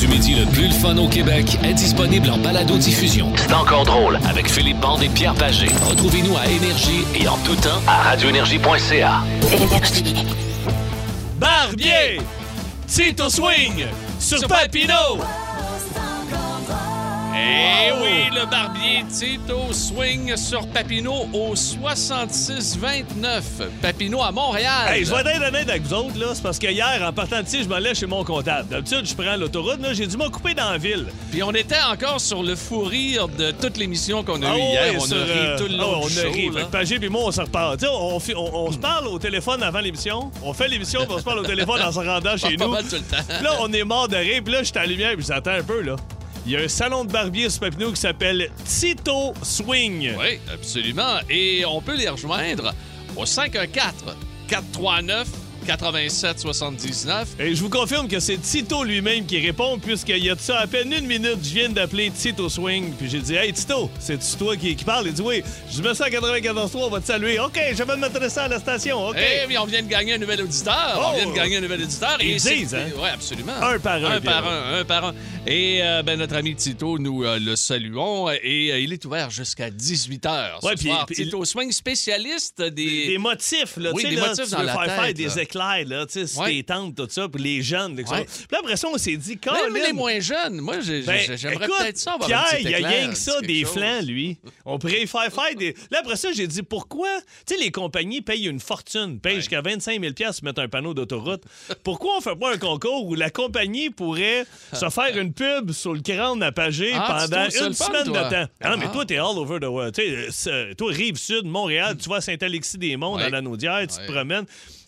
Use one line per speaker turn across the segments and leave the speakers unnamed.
comédie le plus le fun au Québec est disponible en balado-diffusion. C'est encore drôle avec Philippe Bande et Pierre Pagé. Retrouvez-nous à Énergie et en tout temps à radioénergie.ca.
Barbier! Tito Swing! Sur Papineau! Eh oui, le barbier Tito Swing sur Papineau au 66-29. Papineau à Montréal.
Hey, je vais être honnête avec vous autres, là. C'est parce que hier, en partant d'ici, je m'allais chez mon comptable. D'habitude, je prends l'autoroute, là. J'ai dû m'en couper dans la ville.
Puis on était encore sur le fou rire de toute l'émission qu'on a
Ah
eue
ouais,
hier. on
sur,
a ri
euh,
tout le
ah
long
ouais,
du
on a
show,
ri.
là.
Fait que Pagé puis moi, on se reparle. Tu sais, on, fait- on- on se parle au téléphone avant l'émission. On fait l'émission, puis on se parle au téléphone en se rendant chez
Pas
nous.
mal tout le temps.
Puis Là, on est mort de rire. Puis là, j'étais à la lumière, puis j'attends un peu, là. Il y a un salon de barbier sur Papineau qui s'appelle Tito Swing.
Oui, absolument. Et on peut les rejoindre au 514-439-8779.
Et je vous confirme que c'est Tito lui-même qui répond, puisqu'il y a de ça à peine une minute, je viens d'appeler Tito Swing, puis j'ai dit Hey Tito, c'est toi qui, qui parle Il dit Oui, je me sens à 94 on va te saluer. OK, je vais m'adresser à la station. OK.
Eh oui, on vient de gagner un nouvel auditeur.
Oh!
On vient de gagner un nouvel auditeur.
Ils
c'est-
disent, hein?
Oui, absolument.
Un par un,
Un par
Pierre.
un, un par un. Et euh, ben, notre ami Tito, nous euh, le saluons. Et euh, il est ouvert jusqu'à 18h.
Ouais, puis- puis-
Tito Swing, spécialiste des...
Des motifs, là,
Oui,
tu sais,
des
là,
motifs
tu
dans
veux
la
faire
tête,
faire
là.
des éclairs, là, tu sais, sur
Ouais.
tes tentes, tout ça, puis les jeunes, etc.
Ouais.
Puis là, après ça, on s'est dit,
Même les
Colin,
moins jeunes. Moi, j'ai-
Ben,
j'ai- j'aimerais
écoute,
peut-être ça. avoir un
Pierre,
petit
il y a
éclair,
rien que ça,
petit
des
quelque chose.
flancs, lui. On pourrait faire faire des. Là, après ça, j'ai dit pourquoi. Tu sais, les compagnies payent une fortune, payent jusqu'à 25 000 pour mettre un panneau d'autoroute. Pourquoi on fait pas un concours où la compagnie pourrait se faire une pub sur le crâne à Pagé
Ah, tu
pendant
trouves ça
une
le fun,
semaine
toi?
de temps? Non, mais
Ah.
toi, t'es all over the world. Tu sais, euh, c'est- toi, Rive-Sud, Montréal, tu vas à Saint-Alexis-des-Monts,
Ouais.
à la Naudière, tu te
Ouais.
promènes.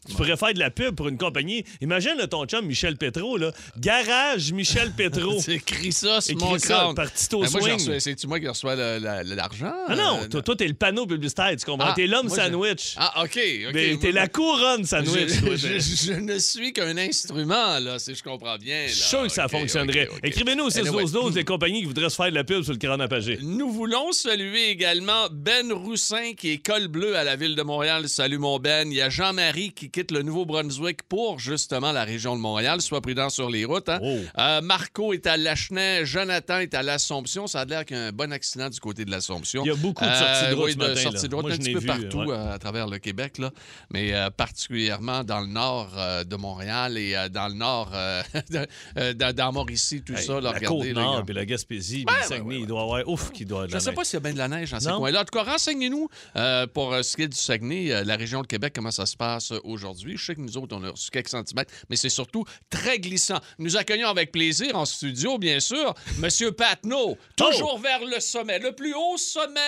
Tu pourrais faire de la pub pour une compagnie. Imagine là, ton chum Michel Petro, là. Garage Michel Petro.
C'est écrit ça sur
Oh. Écris
mon
ça,
crâne.
par Tito
Ben, moi, je
Swing.
reçois- C'est-tu moi qui reçois le- la- la- l'argent?
Ah non,
Euh,
toi, toi, t'es le panneau publicitaire, tu comprends?
Ah,
t'es l'homme
moi, je-
sandwich.
Ah, OK. ok. ben,
T'es- t'es la couronne
Je,
sandwich. toi,
je-
t'es-
je ne suis qu'un instrument, là, si je comprends bien. là.
Je suis sûr que ça
Ah, Ok,
fonctionnerait.
ok, ok.
Écrivez-nous au 6
Anyway,
12 des compagnies qui voudraient se faire de la pub sur le crâne apagé.
Nous voulons saluer également Ben Roussin, qui est col bleu à la ville de Montréal. Salut, mon Ben. Il y a Jean-Marie qui quitte le Nouveau-Brunswick pour justement la région de Montréal. Sois prudent sur les routes. hein.
Oh.
Euh, Marco est à Lachenay. Jonathan est à l'Assomption. Ça a l'air qu'il y a un bon accident du côté de l'Assomption. Euh,
Il y a beaucoup de sorties de route
oui,
ce matin,
sorties
là.
de route
Moi,
un
je
petit
n'ai
peu
vu,
partout
ouais.
euh, à travers le Québec, là. mais euh, particulièrement dans le nord euh, de Montréal et euh, dans le nord, euh, de- euh, dans, dans Mauricie, tout
Hey,
ça. là,
la
regardez, là, il y a-
Côte-Nord, puis la Gaspésie, puis le
ouais,
Saguenay,
ouais,
il doit avoir... Ouf, qu'il doit avoir de
je
la
ne sais
neige.
pas s'il y a bien de la neige dans ces
Non.
coins-là. En tout cas, renseignez-nous euh, pour euh, ce qui est du Saguenay, euh, la région de Québec, comment ça se passe euh, aujourd'hui. Je sais que nous autres, on a reçu quelques centimètres, mais c'est surtout très glissant. Nous accueillons avec plaisir en studio, bien sûr, M.
Oh!
Patneau, toujours vers le sommet, le plus haut sommet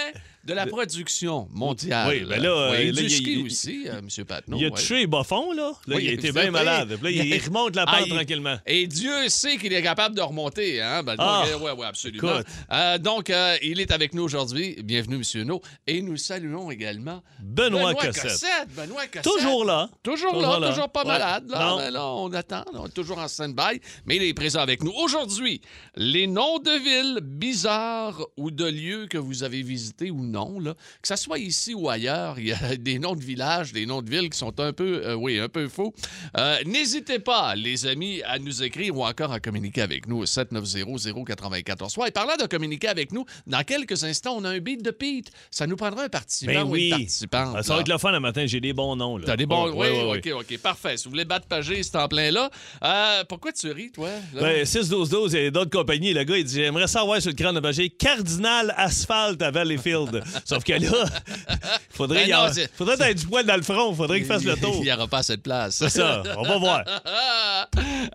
de la production mondiale.
Oui, ben là,
Oui,
euh, là,
du
il-
ski
il-
aussi, euh, M. Patneau.
Il a
ouais.
tué Boffon, là. Là,
Oui,
il a été
vous avez-
bien malade. Puis Là, il,
il-
remonte la
Ah,
pente
il-
tranquillement.
Et Dieu sait qu'il est capable de remonter, hein? Ben, donc,
Ah,
euh, ouais, ouais, absolument.
écoute.
Euh, donc, euh, il est avec nous aujourd'hui. Bienvenue, Monsieur No. Et nous saluons également
Benoît, Cossette.
Benoît Cossette.
Toujours là.
Toujours, là,
Toujours là.
toujours pas
Ouais.
malade. Là,
Non.
Mais là, on attend, là, on est toujours en stand-by, mais il est présent avec nous. Aujourd'hui, les noms de villes bizarres ou de lieux que vous avez visités ou non, là, que ce soit ici ou ailleurs, il y a des noms de villages, des noms de villes qui sont un peu, euh, oui, un peu faux. Euh, N'hésitez pas, les amis, à nous écrire ou encore à communiquer avec nous au 790-094. Ouais, et parlant de communiquer avec nous, dans quelques instants, on a un beat de Pete. Ça nous prendra un participant
Ben
ou
oui.
une participante.
Ah, Ça
là.
va être le fun le matin, j'ai des bons noms. là.
T'as des bons.
Ouais,
Oh, oui,
ouais, ouais, ouais.
OK, OK, parfait. Si vous voulez battre Pagé, c'est en plein là. Euh, pourquoi tu ris, toi? là?
Ben, 6-12-12 et d'autres compagnies. Le gars, il dit J'aimerais savoir sur le crâne de Bajé, Cardinal Asphalt à Valleyfield. Sauf que là, faudrait
Ben
y
non,
avoir-
c'est-
faudrait être du poil dans le front. Faudrait qu'il fasse le tour.
Il n'y aura pas assez de place.
C'est ça, on va voir.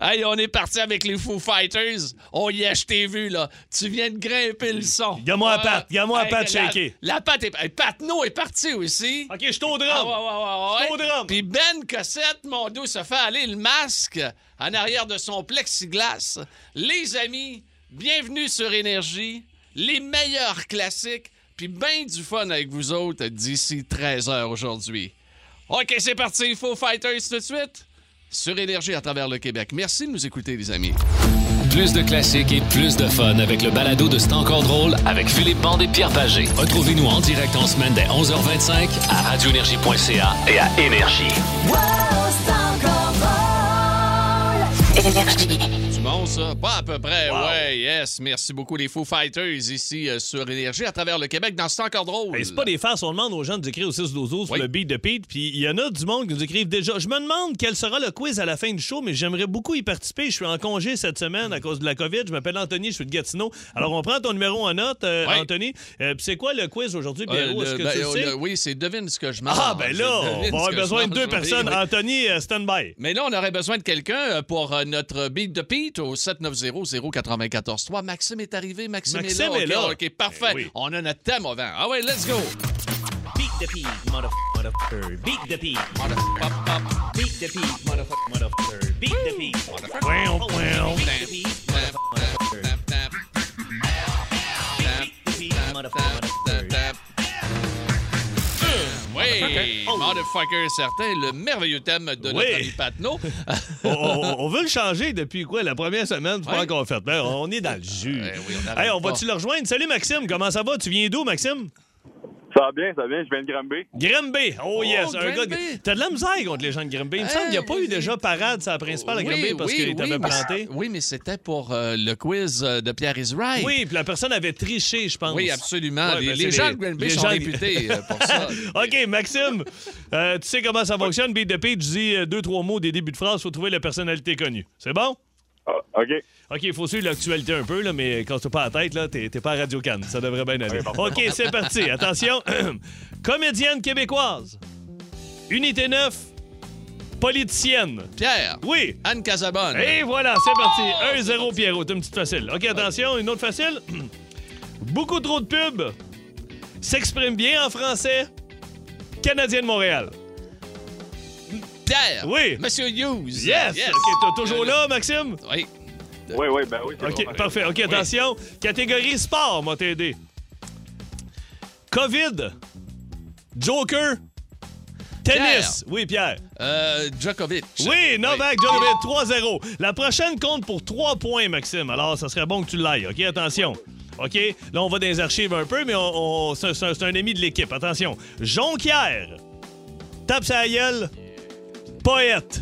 hey, on est parti avec les Foo Fighters. On y a, je t'ai vu, là. Tu viens de grimper le son.
Garde-moi la
Ouais.
patte, garde-moi la patte
la-
shakée.
La, patte est. Hey, Patneau est parti aussi.
Ok, je suis au
Ah, ouais,
drame.
ouais, ouais, ouais.
C'est au drame.
Puis Ben Cossette, mon dos, se fait aller le masque en arrière de son plexiglas. Les amis, bienvenue sur Énergie, les meilleurs classiques, puis ben du fun avec vous autres d'ici 13h aujourd'hui. OK, c'est parti, Faux Fighters tout de suite sur Énergie à travers le Québec. Merci de nous écouter, les amis.
Plus de classiques et plus de fun avec le balado de C'est encore drôle avec Philippe Bande et Pierre Pagé. Retrouvez-nous en direct en semaine dès 11h25 à radioénergie.ca et à Énergie.
Wow, c'est encore drôle.
Du monde, ça. Pas à peu près,
Wow.
ouais, yes. Merci beaucoup, les Foo Fighters, ici euh, sur Énergie, à travers le Québec, dans ce temps encore drôle.
Hey, Ben, c'est pas des farces. On demande aux gens de écrire au 6 12 12
Oui.
sur le beat de Pete. Puis il y en a du monde qui nous écrivent déjà. Je me demande quel sera le quiz à la fin du show, mais j'aimerais beaucoup y participer. Je suis en congé cette semaine à cause de la COVID. Je m'appelle Anthony, je suis de Gatineau. Alors on prend ton numéro en note, euh,
Oui.
Anthony. Euh, puis c'est quoi le quiz aujourd'hui,
Euh,
Pierrot?
le-
Est-ce que
ben,
tu le
euh,
sais?
le- oui, c'est devine ce que je mange.
Ah, ben là,
Devine ce
on va avoir
que
besoin
je
de deux
mange.
personnes.
Oui, oui.
Anthony, euh, stand-by.
Mais là, on aurait besoin de quelqu'un euh, pour euh, notre beat de Pete au 790-094-3. Maxime est arrivé, Maxime,
Maxime
est là.
est
OK,
là.
OK, parfait.
Eh oui.
On a notre thème avant. Ah ouais, let's go.
Beat the pig, motherfucker, motherfucker. Beat the pig,
On a- pop, pop.
beat the pig, motherfucker, motherfucker. Beat the pig, motherfucker.
Wow,
Oh,
wow.
Beat the pig, motherfucker, motherfucker.
Tap, tap,
Beat the pig, motherfucker,
tap, tap,
motherfucker.
tap. Hum,
Ah,
Oui, Oh. motherfucker certain, le merveilleux thème de notre
Oui.
ami Patnaud.
on, on- on veut le changer depuis quoi? La première semaine, c'est pas
Ouais.
encore fait. Ben, on est dans le jus.
Eh oui, on
Hey,
arrête
on
pas.
va-tu le rejoindre? Salut Maxime, comment ça va? Tu viens d'où, Maxime?
Ça va bien, ça va bien, je viens de Granby.
Grimby. Oh yes, un
Grimby.
gars. de- T'as de la misère contre les gens de Grimby. Il me semble qu'il n'y a pas eu déjà parade sur la principale à Grimby parce qu'ils t'avaient
mais-
planté.
Oui, mais c'était pour euh, le quiz euh, de Pierre is Right.
Oui, puis la personne avait triché, je pense.
Oui, absolument.
Ouais,
Ah, les,
ben,
les
c'est
gens
les-
de Green Bay
les
sont
gens- Ah,
réputés euh, pour ça.
OK, Maxime, euh, tu sais comment ça fonctionne. Beat the page, dis euh, deux, trois mots des débuts de phrase. faut trouver la personnalité connue. C'est bon?
Ah, OK.
OK, il faut suivre l'actualité un peu, là, mais quand t'as pas la tête, là, t'es t'es pas à radio can Ça devrait bien aller. OK, c'est parti. Attention. Comédienne québécoise. Unité 9. Politicienne.
Pierre,
Oui. Eh,
Anne Casabonne.
Et voilà, c'est parti. 1-0 Pierrot, une petite facile. OK, attention, une autre facile. Beaucoup trop de pubs. S'exprime bien en français. Canadien de Montréal.
Pierre.
Oui.
Monsieur Hughes.
Yes! OK, t'es toujours là, Maxime?
Oui.
Oui, oui, ben oui, c'est
OK,
bon.
parfait. OK, attention. Catégorie sport, m'a t'aider. COVID. Joker. Tennis. Oui, Pierre.
Euh, Djokovic.
Oui, Novak Djokovic, 3-0. La prochaine compte pour 3 points, Maxime. Alors, ça serait bon que tu l'ailles. OK, attention. OK, là, on va dans les archives un peu, mais on, on- c'est, un- c'est un ami de l'équipe. Attention. Jonquière. Tape sa gueule. Poète.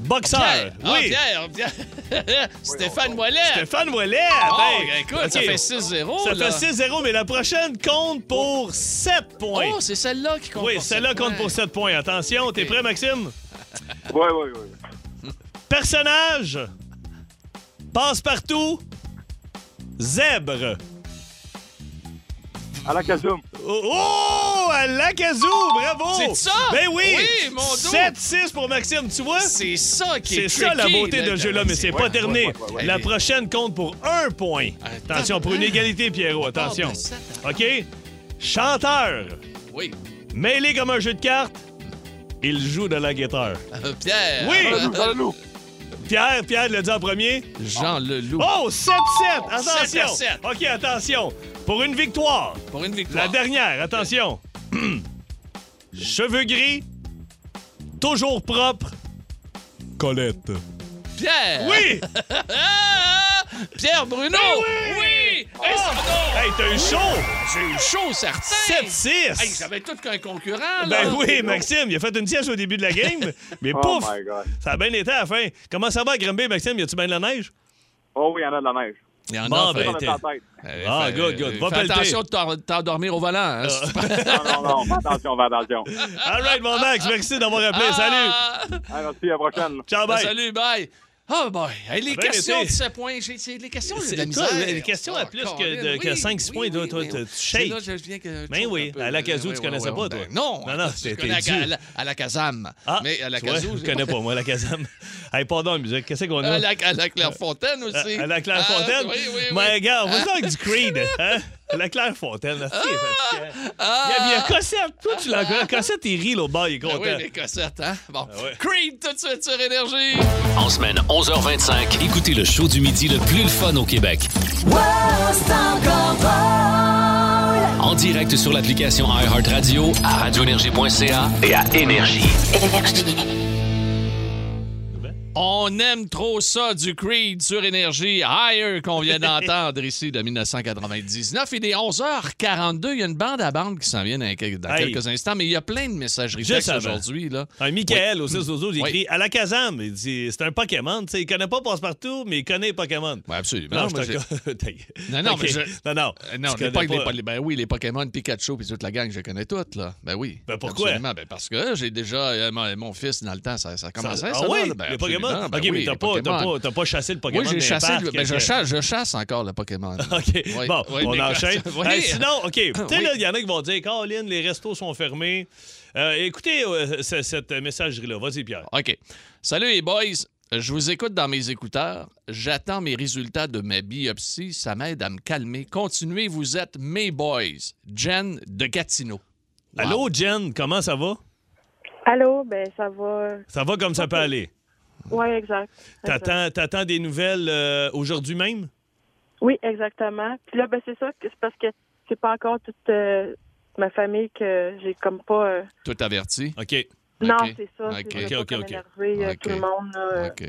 Boxeur.
Pierre. Ah,
oui.
Pierre. Pierre. Stéphane Wallet.
Stéphane Ouellet.
Oh,
hey.
écoute, ça
OK.
fait 6-0.
Ça
là.
fait 6-0, mais la prochaine compte pour 7 points.
Oh, c'est celle-là qui compte
oui,
pour
celle-là
sept
compte
points.
pour 7 points. Attention, t'es prêt, Maxime?
Oui, oui, oui.
Personnage Passe-partout Zèbre
À la Kazoum.
Oh, oh, à la kazoo, bravo!
C'est ça?
Ben oui!
Oui, mon dos!
7-6 pour Maxime, tu vois?
C'est ça qui est
C'est ça la
tricky,
beauté
là,
de ce jeu-là, mais c'est
Ouais.
pas terminé.
ouais, ouais, ouais.
La prochaine compte pour un point.
Attends.
Attention, pour une égalité,
Ah,
Pierrot,
ben,
attention. OK? Chanteur,
Oui.
mêlé comme un jeu de cartes, il joue de la guitare.
Euh, Pierre.
Oui.
Euh,
Jean Leloup.
ben.
Pierre, Pierre l'a dit en premier.
Jean Leloup.
Oh, 7-7! Attention!
7 à 7.
OK, attention. Pour une victoire,
Pour une victoire.
la dernière, attention. Cheveux gris, toujours propre. Colette.
Pierre.
Oui!
Ah! Pierre Bruno. Ben Oui. Ah!
Oh!
Hey, ça- non.
Hey, t'as eu chaud!
J'ai eu chaud, certain.
7-6!
Hey, j'avais tout qu'un concurrent, là.
Ben oui, Maxime, il a fait une sieste au début de la game, mais
Oh
pouf!
my God.
Ça a bien été à la fin. Comment ça va à Grimby, Maxime? Y a-tu bien de la neige?
Oh oui, il y en a de la neige.
Il y en
Bon,
a,
ben,
On
fait.
est
t'es-
en tête.
Euh,
Ah,
fait-
good, good. Va
Fais
pelleter. Ah.
attenir de t'en- t'endormir au volant. hein, si tu prends-
Non, non, non, fais attention, fais attention.
All right, mon Max, merci d'avoir appelé. Salut!
Ah!
Ah, merci, à la prochaine.
Ciao, bye!
Salut, bye. Oh boy, Hey, les
Ah ben,
questions
mais
de
t'sais-
7 points, j'ai- c'est les questions de
C'est-
la
toi,
misère. Oh,
les questions à plus que de-
Colin,
que 5-6 points, toi, toi, tu- tu
C'est
shakes.
Là, je viens que,
Ben oui, à la Kazoo, tu connaissais pas, toi.
Ben non,
Non, non,
je
c'était-
connais
t'es
à, à
dû.
la- à la Kazam.
Ah,
mais à la
tu vois,
Kazoo,
je connais pas, moi, la Kazam. hey, pardon, la musique, qu'est-ce qu'on a?
À Ah, la, à la Clairefontaine aussi.
À- à la Clairefontaine?
Ah, oui, oui, oui.
Mais regarde, on va avec du Creed. Hein? À la Clairefontaine, là, c'est fatigant. Il y a-
Ah,
il y a Cossette. Toi, tu l'as encore. Cossette, il rit, l'autre bord, il est
Ah
content.
oui, les cossettes, hein? Bon.
Ah ouais.
Creed, tout de suite sur Énergie.
En semaine 11h25, écoutez le show du midi le plus le fun au Québec. En direct sur l'application iHeartRadio, à radioénergie.ca et à Énergie.
Énergie.
On aime trop ça du Creed sur énergie Higher qu'on vient d'entendre ici de 1999. Il est 11h42. Il y a une bande à bande qui s'en vient dans quelques, dans
Hey.
quelques instants, mais il y a plein de messageries
Juste
textes
avant.
aujourd'hui. là.
Un Michael au 6 il
Oui.
écrit à la Kazam. Il dit c'est un Pokémon. Tu sais, il connaît pas Passepartout, mais il connaît les Pokémon.
Oui, absolument.
Non,
Moi,
je
j'ai-
te- Ta gueule.
Non, non,
Ok.
mais je- Euh,
non, non.
non,
Tu
les
connais
po-
pas.
les po- les- ben oui, les Pokémon, Pikachu, puis toute la gang, je les connais toutes, là. Ben oui.
Ben pourquoi?
Absolument. Ben parce que j'ai déjà, euh, mon, mon fils, dans le temps, ça, ça
Ça-
commençait,
ah
ça, là.
oui,
Ben
les Pokémon.
absolument. Ben
ok,
oui,
mais t'as
les
pas, t'as
Pokémon.
pas, t'as pas chassé le Pokémon.
Oui, j'ai
dans les
chassé,
parcs,
le- ben, je,
ok.
chasse, je chasse encore le Pokémon.
OK.
Oui,
bon,
oui,
on
mais-
enchaîne.
Oui.
Hey, sinon, OK. Tu sais,
Oui.
là, il y en a qui vont dire Colin, les restos sont fermés. Euh, écoutez euh, ce- cette messagerie-là. Vas-y, Pierre.
OK. Salut les boys. Je vous écoute dans mes écouteurs. J'attends mes résultats de ma biopsie. Ça m'aide à me calmer. Continuez, vous êtes mes boys. Jen de Gatineau. Ah, Wow.
Allô, Jen, comment ça va?
Allô, ben ça va.
Ça va comme ça peut aller.
Ouais, exact. Exact.
T'attends, t'attends des nouvelles euh, aujourd'hui même?
Oui, exactement. Puis là, ben c'est ça, que- c'est parce que c'est pas encore toute euh, ma famille que j'ai comme pas. euh,
Tout averti.
OK.
Non,
Ok.
c'est ça.
Ok.
c'est je veux
Ok,
pas
ok,
comme
ok.
énerver, euh,
Ok.
tout le monde. là.
OK.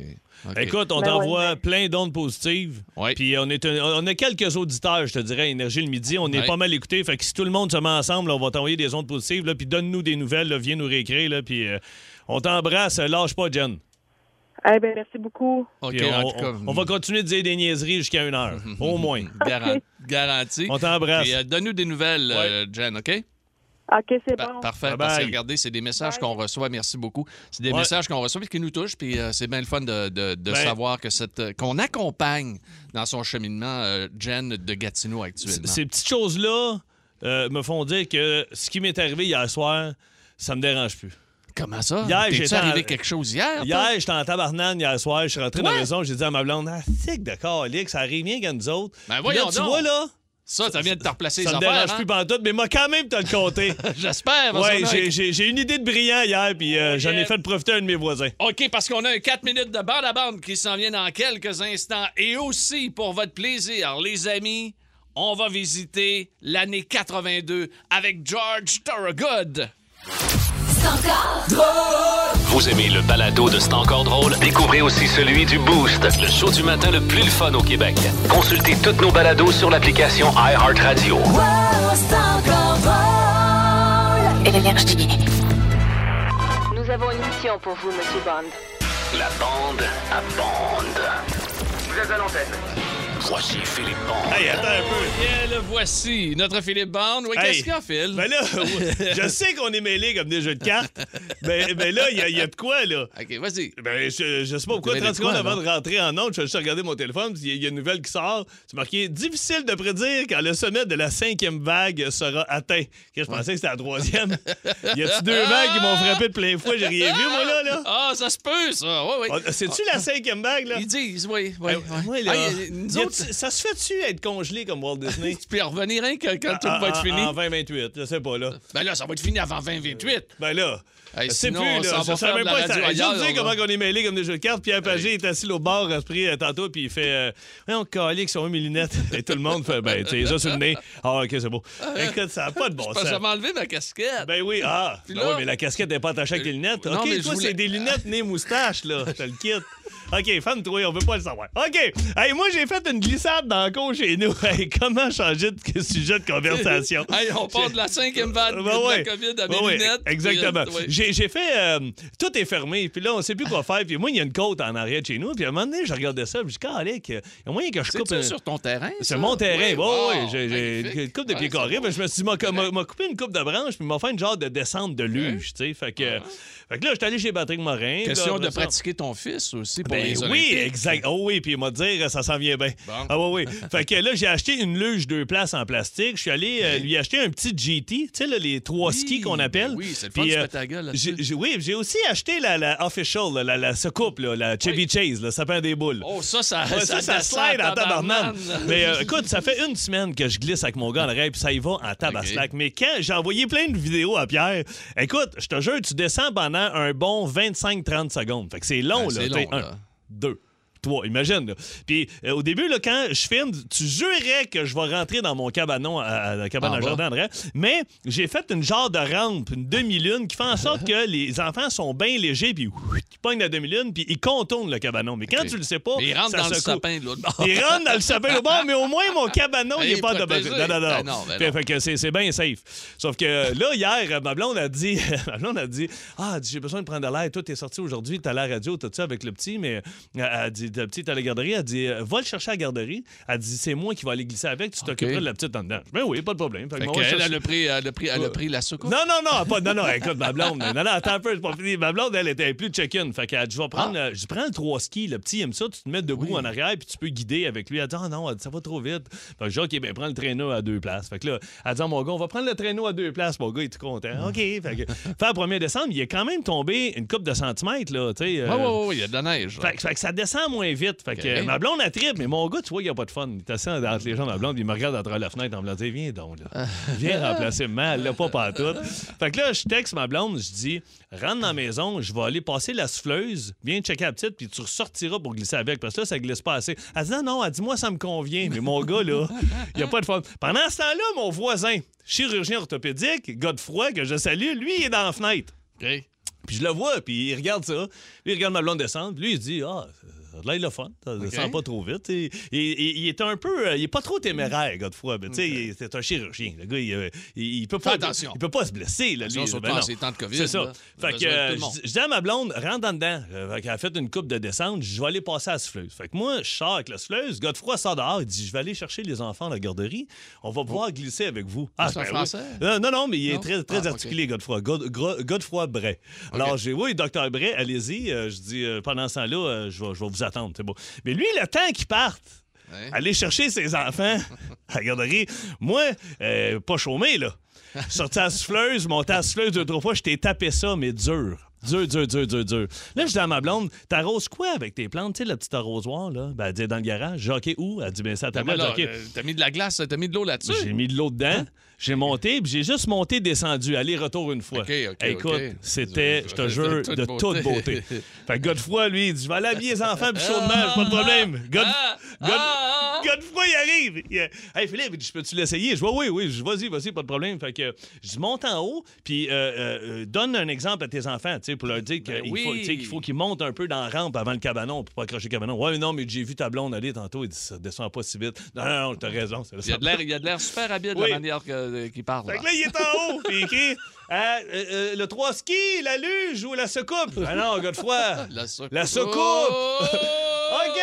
OK.
Écoute, on
Ben
t'envoie
ouais, mais-
plein d'ondes positives.
Ouais.
Puis on, est un- on a quelques auditeurs, je te dirais, à Énergie le midi. On est
Ouais.
pas mal écoutés. Fait que si tout le monde se met ensemble, là, on va t'envoyer des ondes positives. là, Puis donne-nous des nouvelles. là, viens nous réécrire. Là, puis euh, on t'embrasse. Lâche pas, Jen.
Eh ben merci beaucoup.
OK,
Puis on,
en tout cas, mm.
on- on va continuer de dire des niaiseries jusqu'à une heure, au moins.
garan- garanti.
On t'embrasse.
Puis, euh, donne-nous des nouvelles, euh, Jen, OK?
OK, c'est
Pa-
bon.
Parfait.
Bye
Parce que
bye.
regardez, c'est des messages qu'on reçoit. Merci beaucoup. C'est des
Ouais.
messages qu'on reçoit puis qui nous touchent. Puis euh, c'est bien le fun de, de- de
Ben-
savoir que cette euh, qu'on accompagne dans son cheminement euh, Jen de Gatineau
C-
actuellement.
Ces petites choses-là euh, me font dire que ce qui m'est arrivé hier soir, ça me dérange plus.
Comment ça?
Hier,
T'es-tu
j'étais
arrivé
en-
quelque chose hier? toi?
Hier, j'étais en tabarnane hier soir, je suis rentré dans la
Ah, Ouais.
maison, j'ai dit à ma blonde, ah, sick de calique, ça arrive rien qu'à nous autres.
Ben
Puis
voyons
là, tu
donc.
vois, là,
Ça, ça vient de te replacer les
ça me
affaires,
dérange
hein?
plus pantoute, mais moi, quand même, t'as le compté.
J'espère. parce
ouais,
qu'on a un-
j'ai- j'ai j'ai une idée de brillant hier, puis euh, j'en ai
yes.
fait profiter un de mes voisins.
OK, parce qu'on a un 4 minutes de bande à bande qui s'en vient dans quelques instants. Et aussi, pour votre plaisir, les amis, on va visiter l'année 82 avec George Thorogood.
Vous aimez le balado de C'est encore drôle? Découvrez aussi celui du Boost, le show du matin le plus le fun au Québec. Consultez toutes nos balados sur l'application iHeartRadio.
Nous avons une mission pour vous, Monsieur Bond.
La bande à bande. Vous êtes à l'antenne. Voici Philippe Bond.
Hey, attends un peu.
Et le voici, notre Philippe Bond. Oui,
Hey.
qu'est-ce qu'il y a, Phil?
Ben là, ouais, je sais qu'on est mêlés comme des jeux de cartes, mais, mais là, il y a- il y, a de quoi, là?
OK, vas-y.
Ben, je, je sais pas pourquoi,
T'es mêlé de
30 secondes
quoi,
avant
là?
de rentrer en onde, je vais juste regarder mon téléphone, puis il y a- il y, a une nouvelle qui sort. C'est marqué « Difficile de prédire quand le sommet de la cinquième vague sera atteint. » Je pensais que c'était la troisième. y a-tu deux vagues qui m'ont frappé de plein fouet? J'ai rien vu, moi, là, là.
Ah, ça se peut, ça. Oui, oui.
On- C'est-tu la cinquième vague, là?
Ils disent, oui, oui.
Ben,
oui.
ouais, euh, là.
Ah, il- nous
Y a-tu-
autres,
Ça se fait-tu être congelé comme Walt Disney?
tu peux y revenir hein, quand, quand tout
En-
va être
en-
fini.
En 2028, je sais pas, là.
Ben là, ça va être fini avant 2028.
Ben là,
Hey,
c'est
sinon,
plus,
on
là.
s'en
Je
va
savais
faire
même
de la
pas.
radio
ça- Je vous
ailleurs,
dis
là.
comment on est mêlé comme des jeux de cartes. Pierre Pagé est assis au bord, à ce prix, euh, tantôt, puis il fait. Euh, on calé qui sont où mes lunettes. Et tout le monde fait, ben, tu sais, ça sur le nez. Ah, ok, c'est beau. Écoute, Ah, ça n'a pas de bon
Parce que
sens.
ça m'a enlevé ma casquette.
Ben oui, ah,
Puis
ben
là- Euh,
oui, mais la casquette n'est pas attachée avec les lunettes.
Non, mais
OK,
je
toi,
voulais-
c'est des lunettes nez moustache, là. Je te le quitte. OK, femme-toi, on veut pas le savoir. OK, hey, moi, j'ai fait une glissade dans le cours chez nous. Hey, comment changer de sujet de conversation?
Hey, on part de la cinquième vague
Ben
de la
ouais.
COVID à mes
Ben ouais,
Bah lunettes. puis,
Exactement.
euh, ouais.
J'ai j'ai fait. euh, tout est fermé, puis là, on sait plus quoi faire. Puis moi, il y a une côte en arrière de chez nous. Puis à un moment donné, je regardais ça, puis je dis, Calique, il y a moyen que je coupe.
C'est-tu
un-
sur ton terrain?
C'est
ça?
mon terrain. Oui,
wow,
oui. J'ai- J'ai une
magnifique.
coupe de
Ouais,
pieds
c'est
carrés.
bon.
mais je me suis dit, m'a m'a- m'a coupé une coupe de branche, puis m'a fait une genre de descente de luge. tu sais. Fait que, fait que là, je suis allé chez Patrick Morin.
Question
puis là,
de
après ça-
pratiquer ton fils aussi pour
ben
les
oui,
Olympiques.
exact. Oh oui, puis il m'a dit ça s'en vient bien.
Bon.
Ah oui, oui. Fait que là, j'ai acheté une luge deux places en plastique. Je suis allé euh, lui acheter un petit GT, tu sais, là, les trois
Oui,
skis qu'on
ben
appelle.
oui, c'est le fun de
Puis, euh,
se mettre la gueule là-dessus.
j'ai- j'ai- Oui, j'ai aussi acheté la, la official, là, la, la soucoupe, là, la Chevy Chase, là, ça perd des boules.
Oh, ça, ça,
Ouais, ça, ça, slide en tabarnane.
Mais
Mais euh, écoute, ça fait une semaine que je glisse avec mon gars en arrière, puis ça y va en tabaslac. Mais quand j'ai envoyé plein de vidéos à Pierre, écoute, je te jure, tu descends pendant un bon 25-30 secondes. Fait que Ah, c'est long,
Ben,
là.
c'est
T'sais,
long,
un,
là.
deux, 3. Imagine. là. Puis euh, au début, là, quand je filme, tu jurais que je vais rentrer dans mon cabanon, à, à la cabane
En
à
bas.
jardin, André. Mais j'ai fait une genre de rampe, une demi-lune, qui fait en sorte que les enfants sont bien légers, puis ouf, ils pognent la demi-lune, puis ils contournent le cabanon. Mais quand
Ok.
tu le sais pas,
Mais il rentre
ça
dans le
secoue.
sapin de l'autre bord.
Il rentre dans le sapin de bord, mais au moins mon cabanon, il
Il
n'est
est
pas de
protégé.
Non, non, non.
Ben non, ben
Fait-
non.
fait que c'est, c'est bien safe. Sauf que euh, là, hier, ma blonde a dit, ma blonde a dit Ah, elle dit, j'ai besoin de prendre de l'air. Toi, t'es sorti aujourd'hui, t'es à la radio, tout ça avec le petit, mais euh, elle a dit Le petit, est à la garderie. Elle dit euh, Va le chercher à la garderie. Elle dit C'est moi qui vais aller glisser avec, tu t'occuperas de la petite en dedans. Ben oui, pas de problème. Fait que
Fait
moi,
qu'elle,
je cherche-
elle a pris, elle a pris, elle a pris la soucoupe.
non, non, non, pas, non, non, écoute, ma blonde, non, non, attends un peu, c'est pas fini. Ma blonde, elle était plus check-in. Fait qu'elle dit, je vais prendre,
Ah.
le, je prends le 3 ski, le petit il aime ça, tu te mets debout en arrière, puis tu peux guider avec lui. Elle dit, ah non, elle dit, ça va trop vite. Fait que je dis, OK, ben prends le traîneau à deux places. Fait que là, elle dit, Ah, mon gars, on va prendre le traîneau à deux places. Mon gars, il est tout content. OK, fait que, faire 1er décembre, il est quand même tombé une coupe de centimètres, là, tu sais. euh,
Ouais, ouais, ouais, ouais, il y a de la neige. là.
fait, que- fait que ça descend moins vite. Fait que
Ok.
euh, ma blonde, elle tripe, mais mon gars, tu vois, il a pas de fun. Il est assis entre les jambes, ma blonde, puis il me regarde à travers la fenêtre en me disant Viens donc, là. Viens remplacer mal, là, pas partout. Fait que là, je texte ma blonde, je dis Rentre dans la maison, je vais aller passer la souffleuse, viens checker la petite, puis tu ressortiras pour glisser avec, parce que là, ça glisse pas assez. Elle dit Non, non, elle dit Moi, ça me convient, mais mon gars, là, il a pas de fun. Pendant ce temps-là, mon voisin, chirurgien orthopédique, Godefroy, que je salue, lui, il est dans la fenêtre.
OK.
Puis je le vois, puis il regarde ça. Lui, il regarde ma blonde descendre. Puis lui, il dit Ah, ça a l'air le fun. Ça descend pas trop vite. Et- et- et- il est un peu. euh, Il est pas trop téméraire, Godefroy. Mais tu sais, il- c'est un chirurgien. Le gars, il, euh, il, il peut pas.
Fais attention.
Il peut pas se blesser, là,
Attention,
lui.
surtout
Ben non.
en ces temps de COVID,
C'est ça.
là.
Fait
Besoin
que
de
euh,
tout le monde.
je je dis à ma blonde, rentre dans dedans. Euh, fait qu'elle a fait une coupe de descente, je vais aller passer à la souffleuse. Fait que moi, je sors avec la souffleuse, Godefroy sort dehors, il dit, je vais aller chercher les enfants à la garderie, on va pouvoir glisser avec vous. Ah,
Oh. C'est un
oui.
Français?
Non, non, non, mais il est
Non?
très, très
Ah,
articulé, Godefroy. God- Gro- Godefroy Bray. Alors, j'ai, oui, docteur Bray, allez-y. Euh, je dis, euh, pendant ce temps-là, euh, je vais je vais vous attendre, c'est bon. Mais lui, le temps qu'il parte,
Ouais.
aller chercher ses enfants à la garderie. Moi, euh, pas chômé, là. Sorti à la souffleuse, monté à la souffleuse deux, trois fois, je t'ai tapé ça, mais dur. Dur, dur, dur, dur, dur. Là, je dis à ma blonde, t'arroses quoi avec tes plantes, tu sais, le petit arrosoir, là? Ben, elle dit, dans le garage. J'ai dit, OK, où? Elle dit, ben, ça
T'as mis,
table.
là,
J'ai dit, OK.
euh, t'as mis de la glace, t'as mis de l'eau là-dessus.
J'ai mis de l'eau dedans,
Hein?
j'ai monté, puis j'ai juste monté, descendu, aller-retour une fois.
OK, OK,
Écoute,
OK.
c'était, je te
De
jure,
toute
de toute
beauté.
beauté. fait que Godefroy, lui, il dit Je vais aller habiller les enfants, puis chaudement, pas de problème. God-
ah,
God-
ah, ah.
Godefroy, il arrive. Il, euh, hey Philippe, il dit, je peux-tu l'essayer? Je vois, oui, oui, je dis, vas-y, vas-y, pas de problème. Fait que euh, je dis, monte en haut, puis euh, euh, euh, donne un exemple à tes enfants, tu sais, pour leur dire
Ben
qu'il
oui.
faut, tu sais, qu'il faut qu'ils montent un peu dans la rampe avant le cabanon pour pas accrocher le cabanon. Ouais, mais non, mais j'ai vu ta blonde aller tantôt, il dit, ça descend pas si vite. Non, non, non, t'as raison. ça
Il y a
descend
de l'air- il y a de l'air super habile de
Oui.
la manière que- euh, qu'il parle.
fait que là, il est en haut, puis il crie Ah, euh, euh, le 3 ski, la luge ou la secoupe. Ah non, Godefroy.
La soucoupe.
La soucoupe. OK!